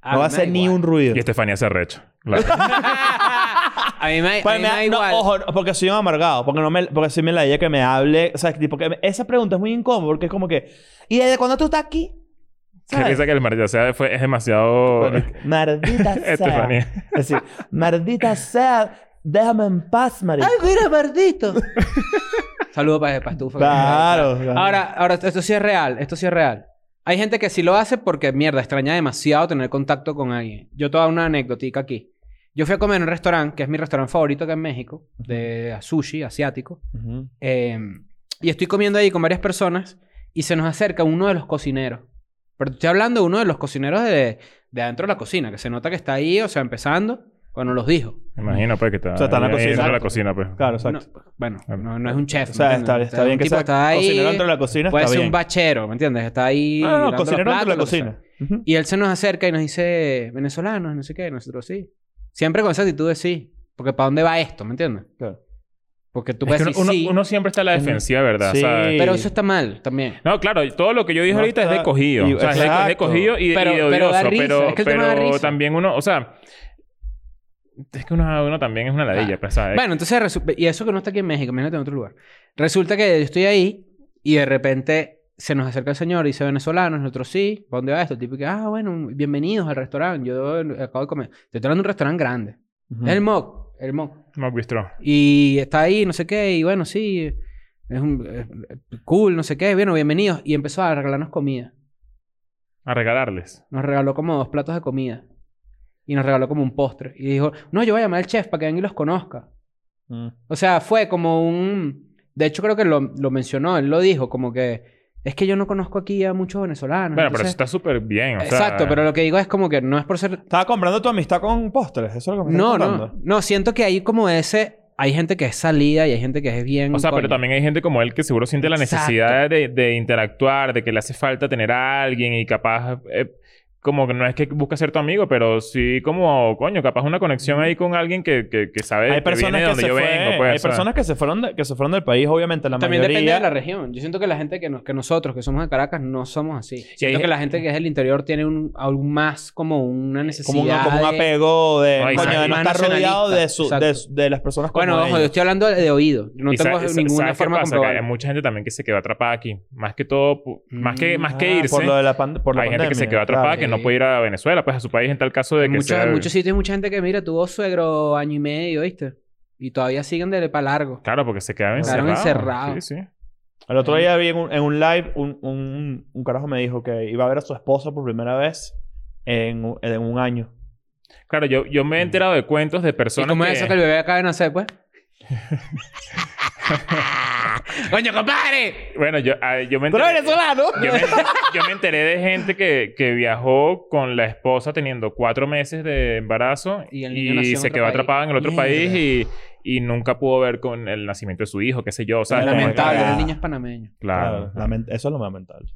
No va a Ah, hacer ni un ruido. ver. Y Estefanía se arrecha. Claro. a mí me, a Pues mí me me da- da no, igual. ojo, porque soy un amargado. Porque, no me, porque soy me la idea que me hable. O sea, tipo, que me- esa pregunta es muy incómoda porque es como que... ¿Y desde cuándo tú estás aquí? Qué ¿Sabes? risa que el maldita sea fue, es demasiado... Maldita sea. Estefanía. Es decir, maldita sea. Déjame en paz, marico. mira, maldito. Saludo para el pastufa. Claro, claro. Ahora, ahora, esto sí es real. Esto sí es real. Hay gente que sí lo hace porque, mierda, extraña demasiado tener contacto con alguien. Yo te voy a dar una anécdotica aquí. Yo fui a comer en un restaurante, que es mi restaurante favorito acá en México, de sushi asiático. Ujú. Eh, y estoy comiendo ahí con varias personas y se nos acerca uno de los cocineros. Pero te estoy hablando de uno de los cocineros de, de adentro de la cocina, que se nota que está ahí, o sea, empezando, cuando los dijo. Me imagino, pues, que está... O sea, está en la ahí cocina. dentro de la Exacto. cocina, pues. Claro, exacto. No, bueno, Claro. no, no es un chef. O sea, ¿me está, entiendes? está bien un que tipo sea está ahí, cocinero dentro de la cocina. Puede está ser bien. un bachero, ¿me entiendes? Está ahí. No, no, mirando no, los cocinero dentro de la platos, lo que cocina. Ujú. sea. Y él se nos acerca y nos dice, venezolanos, no sé qué, nosotros sí. Siempre con esa actitud de sí. Porque ¿para dónde va esto? ¿Me entiendes? Claro. Porque tú Es que puedes uno, decir uno- sí, uno siempre está a la defensiva, ¿verdad? Sí. ¿Sabes? pero eso está mal también. No, claro. Todo lo que yo dije No ahorita es está- de cogido. y- o sea, es de- es de exacto. cogido y, y Pero- de pero da odioso. risa. Pero, Es que el tema da pero risa. también uno... O sea... Es que uno, uno también es una ladilla, Claro. pues, ¿sabes? Bueno, entonces, resu- y eso que no está aquí en México, imagínate en otro lugar. Resulta que yo estoy ahí y de repente se nos acerca el señor y dice venezolanos, nosotros sí, ¿para dónde va esto? El tipo que, ah, bueno, bienvenidos al restaurante, yo eh, acabo de comer. Te estoy hablando de un restaurante grande. Ujú. Es el MOC, el MOC. Mock Bistro. Y está ahí, no sé qué, y bueno, sí, es un, es- es cool, no sé qué, bueno, bienvenidos. Y empezó a regalarnos comida. A regalarles. Nos regaló como dos platos de comida. Y nos regaló como un postre. Y dijo, no, yo voy a llamar al chef para que venga y los conozca. Mm. O sea, fue como un... De hecho, creo que lo, lo mencionó, él lo dijo, como que es que yo no conozco aquí a muchos venezolanos. Bueno, pero eso entonces- está súper bien, o sea... Exacto, pero lo que digo es como que no es por ser... Estaba comprando tu amistad con postres. Eso es lo que me estás No, contando. Eh, no, no, siento que hay como ese... Hay gente que es salida y hay gente que es bien... O sea, pero coño. también hay gente como él que seguro siente la Exacto. necesidad de, de interactuar, de que le hace falta tener a alguien y capaz, eh, como que no es que busca ser tu amigo, pero sí como, coño, capaz una conexión ahí con alguien que, que, que sabe Hay que viene personas de que donde se yo vengo. Pues, fue- hay o sea. personas que se fueron de- que se fueron del país, obviamente, la También mayoría. depende de la región. Yo siento que la gente que, nos- que nosotros, que somos de Caracas, no somos así. siento hay- que la gente que es del interior tiene un, aún más como una necesidad. como, un, como un de- apego de, No, y coño, de no más estar rodeado de, su, nacionalista, de, exacto. de las personas como Bueno, ojo, yo ellos. estoy hablando de oído. Yo No Y sa- tengo sa- ninguna ¿sabes qué forma de pasa? Que Hay comprobarlo. mucha gente también que se quedó atrapada aquí. Más que todo, pu- más que, más que Ah, irse, Por lo de la, pand- por la hay gente que se pandemia, quedó atrapada claro. que no no Sí. puede ir a Venezuela, pues a su país en tal caso de En que muchos, sea- en muchos sitios hay mucha gente que, mira, tuvo suegro año y medio, ¿viste? Y todavía siguen de para largo. Claro, porque se quedaron Quedaron encerrados. encerrados. Sí, sí. El otro día vi en un, en un live, un, un, un carajo me dijo que iba a ver a su esposa por primera vez en, un- en un año. Claro, yo, yo me he enterado de cuentos de ¿Y personas cómo que... es eso que el bebé acaba de nacer, pues? ¡Coño, compadre! Bueno, yo, ah, yo me ¡Pero enteré... venezolano! Yo me, yo me enteré de gente que, que viajó con la esposa teniendo cuatro meses de embarazo Y y, el niño nació en se otro quedó país. atrapada en el otro Mierda. país y, y nunca pudo ver con el nacimiento de su hijo, qué sé yo. ¿sabes? Como que- Lamentable, Ah. el niño es panameño. Claro, claro. Lament- Eso es lo más lamentable.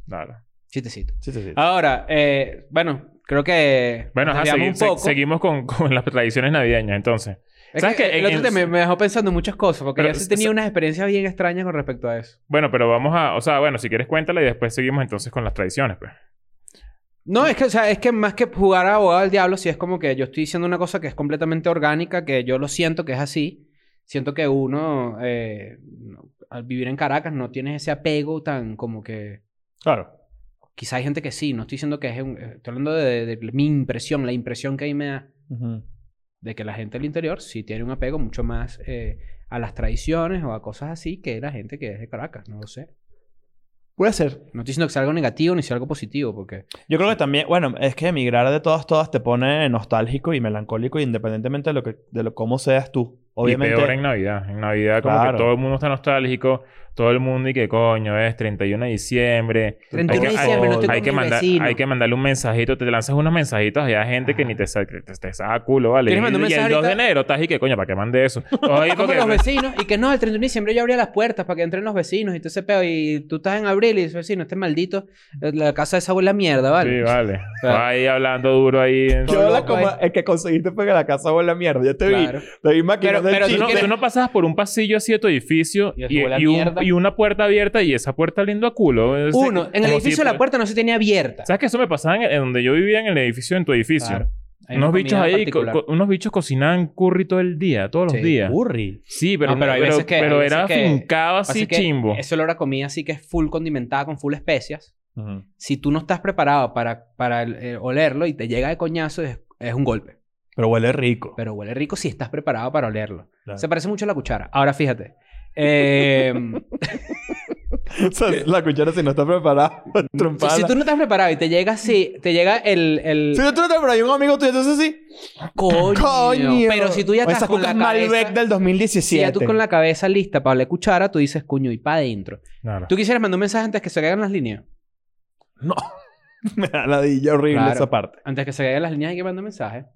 Chistecito. Sí, sí, sí. Ahora, eh, bueno, creo que... Bueno, nos ajá, desviamos segui- un se- poco. seguimos con, con las tradiciones navideñas, entonces. Es ¿Sabes que qué? el En- otro te- me, me dejó pensando en muchas cosas, porque Pero yo sí es- tenía es- unas experiencias bien extrañas con respecto a eso. Bueno, pero vamos a... O sea, bueno, si quieres cuéntala y después seguimos entonces con las tradiciones, pues. No, es que, o sea, es que más que jugar a abogado al diablo, sí es como que yo estoy diciendo una cosa que es completamente orgánica, que yo lo siento que es así. Siento que uno, eh, no- al vivir en Caracas, no tienes ese apego tan como que... Claro. Quizá hay gente que sí, no estoy diciendo que es... un- eh, estoy hablando de, de mi impresión, la impresión que ahí me da Ujú. de que la gente del interior sí tiene un apego mucho más eh, a las tradiciones o a cosas así que la gente que es de Caracas, no lo sé. Puede ser. No estoy diciendo que sea algo negativo ni sea algo positivo, porque... Yo creo que también, bueno, es que emigrar de todas, todas te pone nostálgico y melancólico independientemente de lo que, de lo cómo seas tú. Obviamente. Y peor en Navidad. En Navidad como Claro. que todo el mundo está nostálgico. Todo el mundo y que coño es 31 de diciembre. 31 de diciembre, no estoy hay con que, mi mandar, vecino. hay que mandarle un mensajito. Te lanzas unos mensajitos allá a gente que ni te, sa- que te, te saca culo, ¿vale? Y, ¿Quieres mandar un y el mensaje 2 de ahorita? enero estás y que coño, ¿para qué mandé eso? Oye, Como porque- los vecinos. Y que no, el 31 de diciembre yo abría las puertas para que entren los vecinos y todo ese pedo. Y tú estás en abril y dices, vecino, este maldito, eh, la casa de esa abuela mierda, ¿vale? Sí, vale. Claro. Vas ahí hablando duro ahí. en- Yo- Yo la loco, coma- el que conseguiste fue que la casa fue la mierda. Yo te Claro. vi. Te vi maquinando Pero- pero el Tú tú no, chiste. quieres- tú no pasabas por un pasillo así de tu edificio Y eso y, huele a y un- mierda. y una puerta abierta y esa puerta lindo a culo. Es- Uno, como en el si- edificio la puerta no se tenía abierta. ¿Sabes que eso me pasaba en, en donde yo vivía en el edificio, en tu edificio? Claro. Hay una Unos bichos comida ahí, co- particular. co- unos bichos cocinaban curry todo el día, todos los Sí, días. Burri. Sí, pero, No, pero hay pero- veces que- hay pero veces era que- fincado Pasa así que chimbo. Ese olor a comida sí que es full condimentada con full especias. Si tú no estás preparado para, para el- el olerlo y te llega de coñazo, es, es un golpe. Pero huele rico. Pero huele rico si estás preparado para olerlo. Claro. Se parece mucho a la cuchara. Ahora fíjate. Eh, O sea, la cuchara si no está preparada, Si, trompada. si tú no estás preparado y te llega así, te llega el, el Si no tú no te preparas, y un amigo tuyo, entonces sí. coño. ¡Coño! Pero si tú ya O estás esas con la cucas cabeza, Malbec del 2017. si ya tú con la cabeza lista para la cuchara, tú dices coño y para adentro. Claro. ¿Tú quisieras mandar un mensaje antes que se caigan las líneas? No. Me da ladilla horrible Claro. esa parte. Antes que se caigan las líneas hay que mandar un mensaje.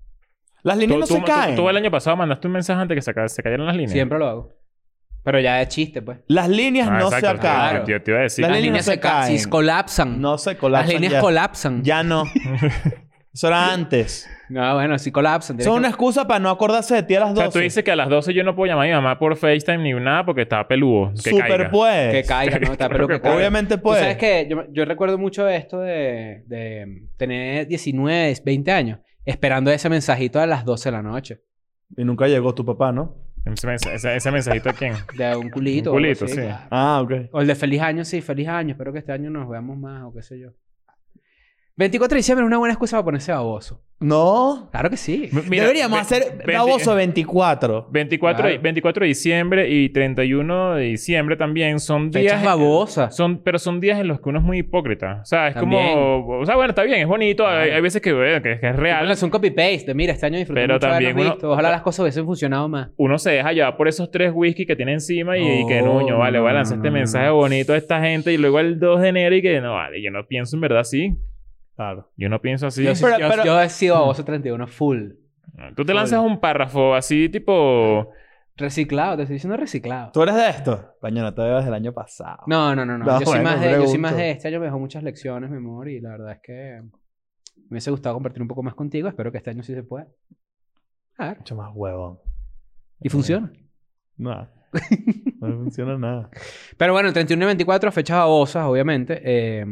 Las líneas Tú- no tú- se tú- caen. Tú el año pasado mandaste un mensaje antes que se, ca- se cayeran las líneas. Siempre lo hago. Pero ya es chiste, pues. Las líneas Ah, no exacto, se acaban. claro. Yo te iba a decir. Las las líneas líneas no se se ca- caen. si colapsan. No se colapsan. las líneas ya. colapsan. Ya no. Eso era antes. No, bueno, si colapsan. tienes Son que- una excusa para no acordarse de ti a las O 12. sea, tú dices que a las 12 yo no puedo llamar a mi mamá por FaceTime ni nada porque estaba peludo. Que Super caiga. pues. Que caiga, ¿no? Está, pero que caiga. Obviamente pues. Tú puede. Pues. sabes que yo, yo recuerdo mucho esto de, de tener 19, 20 años, esperando ese mensajito a las 12 de la noche. Y nunca llegó tu papá, ¿no? Ese, mens- ese- ese mensajito a quién. De un culito. Un o algo culito, así. sí. Ah, ok. O el de feliz año, sí, feliz año. Espero que este año nos veamos más o qué sé yo. 24 de diciembre es una buena excusa para ponerse baboso. No. Claro que sí. M- mira, Deberíamos ve- hacer 20 Baboso 24. 24, de- Claro. 24 de diciembre y 31 de diciembre también son días. Fechas babosas. Son, pero son días en los que uno es muy hipócrita. O sea, es como. También. O sea, bueno, está bien, es bonito. Hay, hay veces que, bueno, que- que es real. Es un copy-paste. de, Mira, este año disfruté Pero mucho también habernos uno- visto. Ojalá las cosas hubiesen funcionado más. uno se deja llevar por esos tres whisky que tiene encima y, y que No, no, yo, vale, no, voy a no, lanzar no, este no, mensaje no. bonito a esta gente y luego el 2 de enero y que no, vale, yo no pienso en verdad así. Claro. Yo no pienso así. Yo, Sí, soy- pero- yo- pero- yo he sido baboso 31 full. Tú te lanzas un párrafo así tipo... Reciclado. Te estoy diciendo reciclado. ¿Tú eres de esto? Mañana te veo desde el año pasado. No, no, no, no. No, yo, soy bueno, más de, yo soy pregunto. más de este año, me dejó muchas lecciones, mi amor, y la verdad es que me hubiese gustado compartir un poco más contigo. Espero que este año sí se pueda. Claro. Mucho más huevón. Y funciona. No. No funciona nada. Pero bueno, 31 y 24, fechas babosas, obviamente. Eh,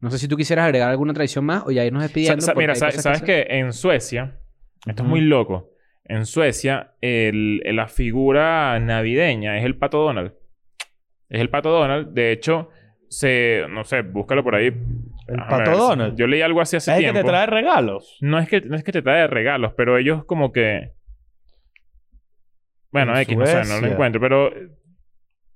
no sé si tú quisieras agregar alguna tradición más o ya irnos Sa- despidiendo. sa- porque mira, hay sa- cosas sabes que que en Suecia, esto es Ujú. muy loco, en Suecia el- la figura navideña es el pato Donald. Es el pato Donald. De hecho, se, no sé, búscalo por ahí. El Déjame pato ver, Donald. Yo leí algo así es hace el que tiempo. te trae regalos. Pues, No es que, no es que te trae regalos, pero ellos como que... Bueno, En X, no sé, no lo Suecia. encuentro, pero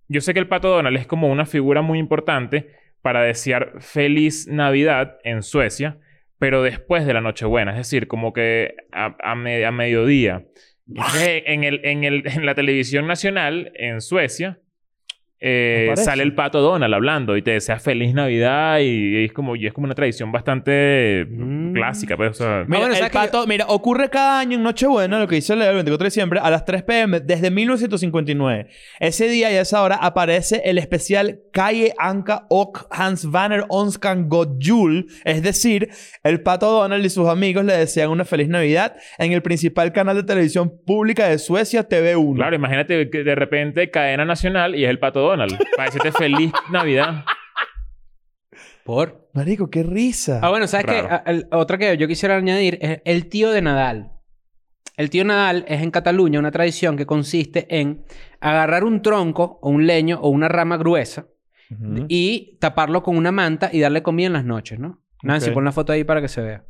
yo sé que el Pato Donald es como una figura muy importante para desear feliz Navidad en Suecia, pero después de la Nochebuena, es decir, como que a, a me- a mediodía. Entonces, en, el, en, el, en la televisión nacional en Suecia eh, Aparece. sale el Pato Donald hablando y te desea feliz Navidad y, es como y es como una tradición bastante Mm. clásica, pues, o sea, Mira, bueno, el ¿sabes que yo- pato, mira, ocurre cada año en Nochebuena, lo que dice el 24 de diciembre, a las 3 pm, desde 1959. Ese día y a esa hora aparece el especial Calle Anka och Hans Vanner Onskan Godjul. Es decir, el pato Donald y sus amigos le desean una feliz Navidad en el principal canal de televisión pública de Suecia, TV1. Claro, imagínate que de repente cadena nacional y es el pato Donald. Para decirte feliz Navidad. ¿Por? Marico, qué risa. Ah, bueno, ¿sabes qué? Raro. A- el- Otra que yo quisiera añadir es el tío de Nadal. El tío Nadal es en Cataluña una tradición que consiste en agarrar un tronco o un leño o una rama gruesa Ujú. y taparlo con una manta y darle comida en las noches, ¿no? Nancy, Ok. pon la foto ahí para que se vea.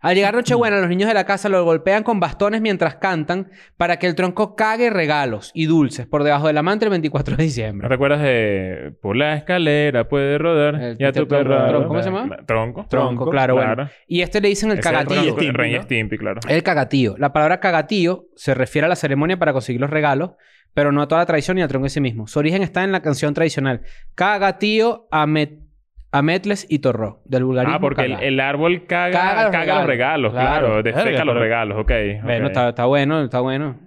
Al llegar Nochebuena, los niños de la casa lo golpean con bastones mientras cantan para que el tronco cague regalos y dulces por debajo de la manta el 24 de ¿No diciembre. te acuerdas de por la escalera puede rodar El- y a tu el tronco- perra- tronco, ¿cómo se llama? la- Tronco. Tronco, claro, bueno. Y este le dicen el Ese es cagatillo. tronco, el Stimpy, Rey ¿no? Stimpy, claro. El cagatío. La palabra cagatío se refiere a la ceremonia para conseguir los regalos, pero no a toda la tradición ni al tronco en sí mismo. Su origen está en la canción tradicional Cagatío, Amet- Ametles y Torró, del vulgarismo. Ah, porque el, caga. el árbol caga, Caga los caga los regalos, regalos, claro. claro. Verga, Defeca los pero- regalos, ok. Bueno, ok. está, está bueno, está bueno.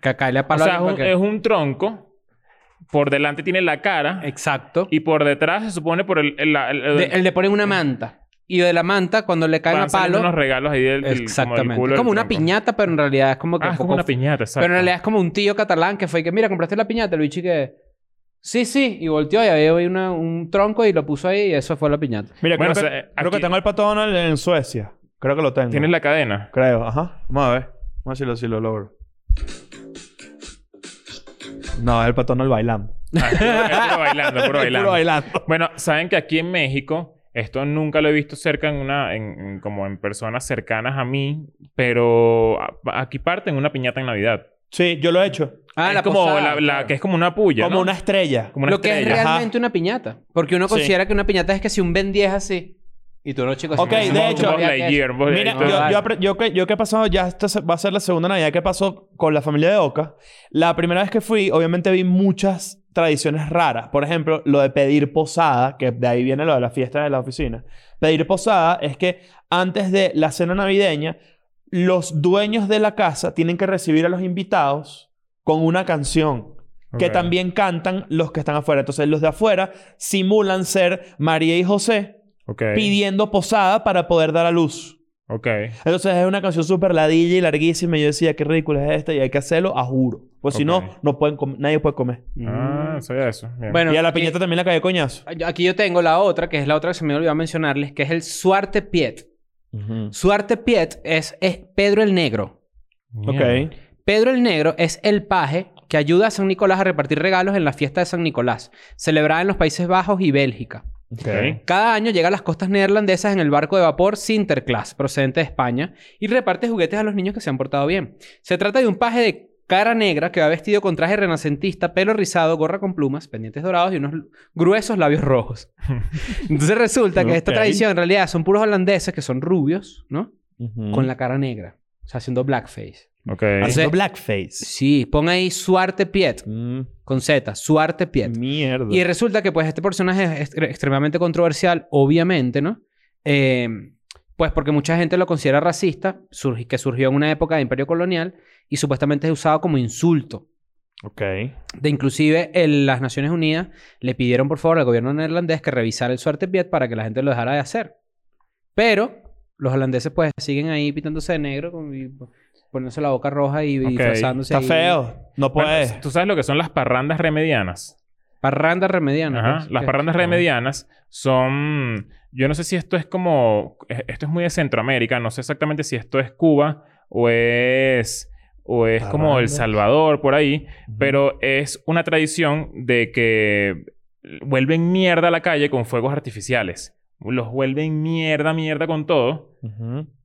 Cacaile a O palo sea, a es alguien un, para que- es un tronco. Por delante tiene la cara. Exacto. Y por detrás se supone por el... el, la- el- el- De- el le ponen una manta. Y de la manta, cuando le caen van a palo. saliendo unos regalos ahí del, del- Como, exactamente. del culo Es del como una tronco. piñata, pero en realidad es como que. Ah, es como una piñata, exacto. Pero en realidad es como un tío catalán que fue y que, mira, compraste la piñata. El bicho y que, sí, sí. Y volteó y había ahí una- un tronco y lo puso ahí y eso fue la piñata. Mira, Bueno, creo, o sea, que, creo que aquí- tengo el pato Donald en Suecia. Creo que lo tengo. Tienes la cadena. Creo, ajá. Vamos a ver. Vamos a ver si lo, si lo logro. No, es el pato Donald bailando. Ah, es puro- es puro bailando, es puro bailando. Puro bailando. Bueno, saben que aquí en México, esto nunca lo he visto cerca en una, en, en- como en personas cercanas a mí, pero a- aquí parten una piñata en Navidad. Sí, yo lo he hecho. Ah, es la como posada, la- la- claro. que es como una puya, Como ¿no? una estrella. como una Lo que es estrella. realmente una piñata. Porque uno Sí. considera que una piñata es que si un Ben 10 así. Y tú no, chicos. Ok, si no, de no, hecho- no Vos sabía que Lightyear, es. vos Mira, Lightyear. no, yo, vale. yo, apre- yo, que- yo que he pasado, ya esta se- va a ser la segunda Navidad que pasó con la familia de Oca. La primera vez que fui, obviamente vi muchas tradiciones raras. Por ejemplo, lo de pedir posada, que de ahí viene lo de la fiesta de la oficina. Pedir posada es que antes de la cena navideña, los dueños de la casa tienen que recibir a los invitados con una canción. Que Ok. también cantan los que están afuera. Entonces, los de afuera simulan ser María y José Ok, pidiendo posada para poder dar a luz. ok. Entonces es una canción súper ladilla y larguísima. Y yo decía, qué ridícula es esta. Y hay que hacerlo a juro. Pues si Ok. no, no pueden com- nadie puede comer. Ah, sabía eso. Bien. Bueno, y a la aquí- piñata también la cae coñazo. Aquí Mm. yo tengo la otra, que es la otra que se me olvidó mencionarles, que es el Suarte Piet. Suarte Piet es, es Pedro el Negro. Mierda. Ok. Pedro el Negro es el paje que ayuda a San Nicolás a repartir regalos en la fiesta de San Nicolás, celebrada en los Países Bajos y Bélgica. Ok. Ok. Cada año llega a las costas neerlandesas en el barco de vapor Sinterklaas, procedente de España, y reparte juguetes a los niños que se han portado bien. Se trata de un paje de cara negra que va vestido con traje renacentista, pelo rizado, gorra con plumas, pendientes dorados y unos lu- gruesos labios rojos. Entonces resulta que esta Ok. tradición en realidad son puros holandeses que son rubios, ¿no? Ujú. Con la cara negra, o sea, haciendo blackface. Ok. Haciendo Sí. blackface. Sí, pon ahí Suarte Piet, Mm, con Z, Suarte Piet. Mierda. Y resulta que pues este personaje es extre- extremadamente controversial, obviamente, ¿no? Eh, pues porque mucha gente lo considera racista, surgi- que surgió en una época de imperio colonial y supuestamente es usado como insulto. Ok. De inclusive el- las Naciones Unidas le pidieron por favor al gobierno neerlandés que revisara el suerte Piet para que la gente lo dejara de hacer. Pero los holandeses pues siguen ahí pintándose de negro con- y po- poniéndose la boca roja y, y Ok. disfrazándose Está ahí. feo. No puedes. Bueno, ¿Tú sabes lo que son las parrandas remedianas? Parranda remediana. Ajá. pues, Las que- parrandas Ajá. remedianas son. Yo no sé si esto es como. eh, Esto es muy de Centroamérica. No sé exactamente si esto es Cuba o es. O es como El Parrandas. Salvador, por ahí. Pero es una tradición de que vuelven mierda a la calle con fuegos artificiales. los vuelven mierda, mierda con todo.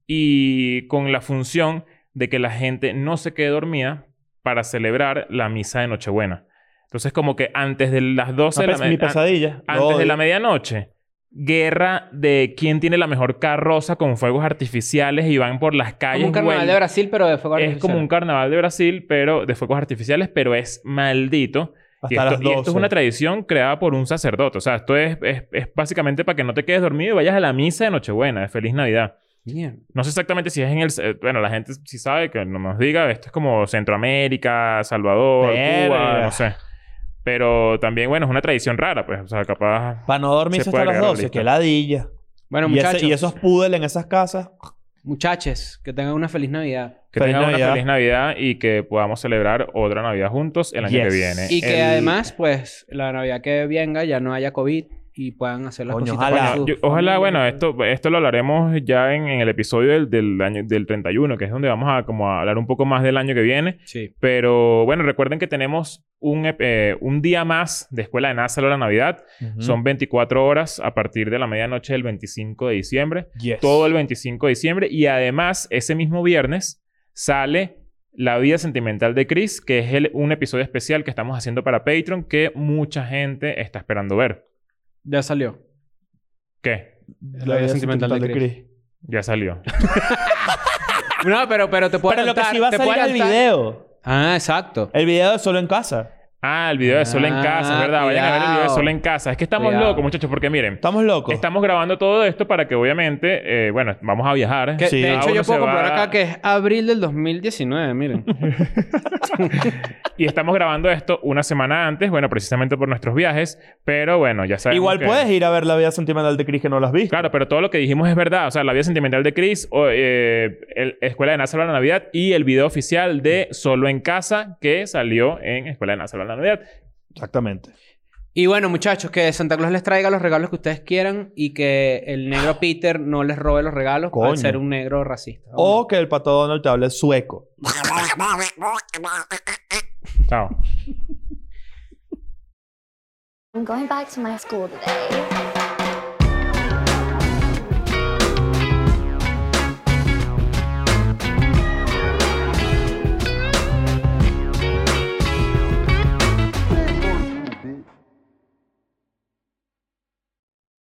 Y con la función de que la gente no se quede dormida para celebrar la misa de Nochebuena. Entonces, como que antes de las 12 de la Una pes- Ah, pues, mi me- an- pesadilla. antes Lo de la odio. medianoche. Guerra de quién tiene la mejor carroza con fuegos artificiales y van por las calles. Como un carnaval huel- de Brasil, pero de fuego Es como un artificial. carnaval de Brasil, pero de fuegos artificiales, pero es maldito. Hasta Y esto, las y esto 12. es una tradición creada por un sacerdote. O sea, esto es, es- es básicamente para que no te quedes dormido y vayas a la misa de Nochebuena, de Feliz Navidad. Bien. No sé exactamente si es en el... eh, Bueno, la gente sí sabe que no nos diga. Esto es como Centroamérica, Salvador, Cuba, Verga. no sé. Pero también, bueno, es una tradición rara, pues. O sea, capaz... Para no dormirse Se hasta puede las agarrar 12. lista. Qué ladilla. Bueno, y, ese- muchachos. y esos poodles en esas casas. Muchachos, que tengan una feliz Navidad. Que Feliz tengan una Navidad. feliz Navidad y que podamos celebrar otra Navidad juntos el año que Yes. viene. Y que El- además, pues, la Navidad que venga ya no haya COVID y puedan hacer las Coño, cositas ojalá. con Ah, Yo- sus ojalá, familias. bueno, esto, esto lo hablaremos ya en, en el episodio del, del año del 31, que es donde vamos a como a hablar un poco más del año que viene. Sí. Pero bueno, recuerden que tenemos un, ep- eh, un día más de Escuela de Nada Solo la Navidad. Son 24 horas a partir de la medianoche del 25 de diciembre. Yes. Todo el 25 de diciembre. Y además, ese mismo viernes sale La vida sentimental de Chris, que es el- un episodio especial que estamos haciendo para Patreon que mucha gente está esperando ver. Ya salió. ¿Qué? La vida sentimental de Chris. Ya salió. No, pero, pero te puedo Pero lo que adelantar, sí va a te puedo salir el adelantar. video. Ah, exacto. El video de solo en casa. Ah, el video de Solo en Casa, es ¿verdad? Vayan a ver el video de cuidado. Solo en Casa. Es que estamos Ah, Cuidado. locos, muchachos, porque miren, Estamos locos. estamos grabando todo esto para que obviamente, eh, bueno, vamos a viajar. Que, Sí. de Cada hecho, uno yo Ah, se puedo va- comprar acá que es abril del 2019, miren. Y estamos grabando esto una semana antes, bueno, precisamente por nuestros viajes, pero bueno, ya sabemos. Igual que- puedes ir a ver la vida sentimental de Chris que no lo has visto. Claro, pero todo lo que dijimos es verdad. O sea, la vida sentimental de Chris, o, eh, el- Escuela de NASA para la Navidad y el video oficial de Solo en Casa que salió en Escuela de NASA para la Navidad. Exactamente. Y bueno, muchachos, que Santa Claus les traiga los regalos que ustedes quieran y que el negro Peter no les robe los regalos Coño. al ser un negro racista. O que el pato Donald te hable sueco. Chao. I'm going back to my school today.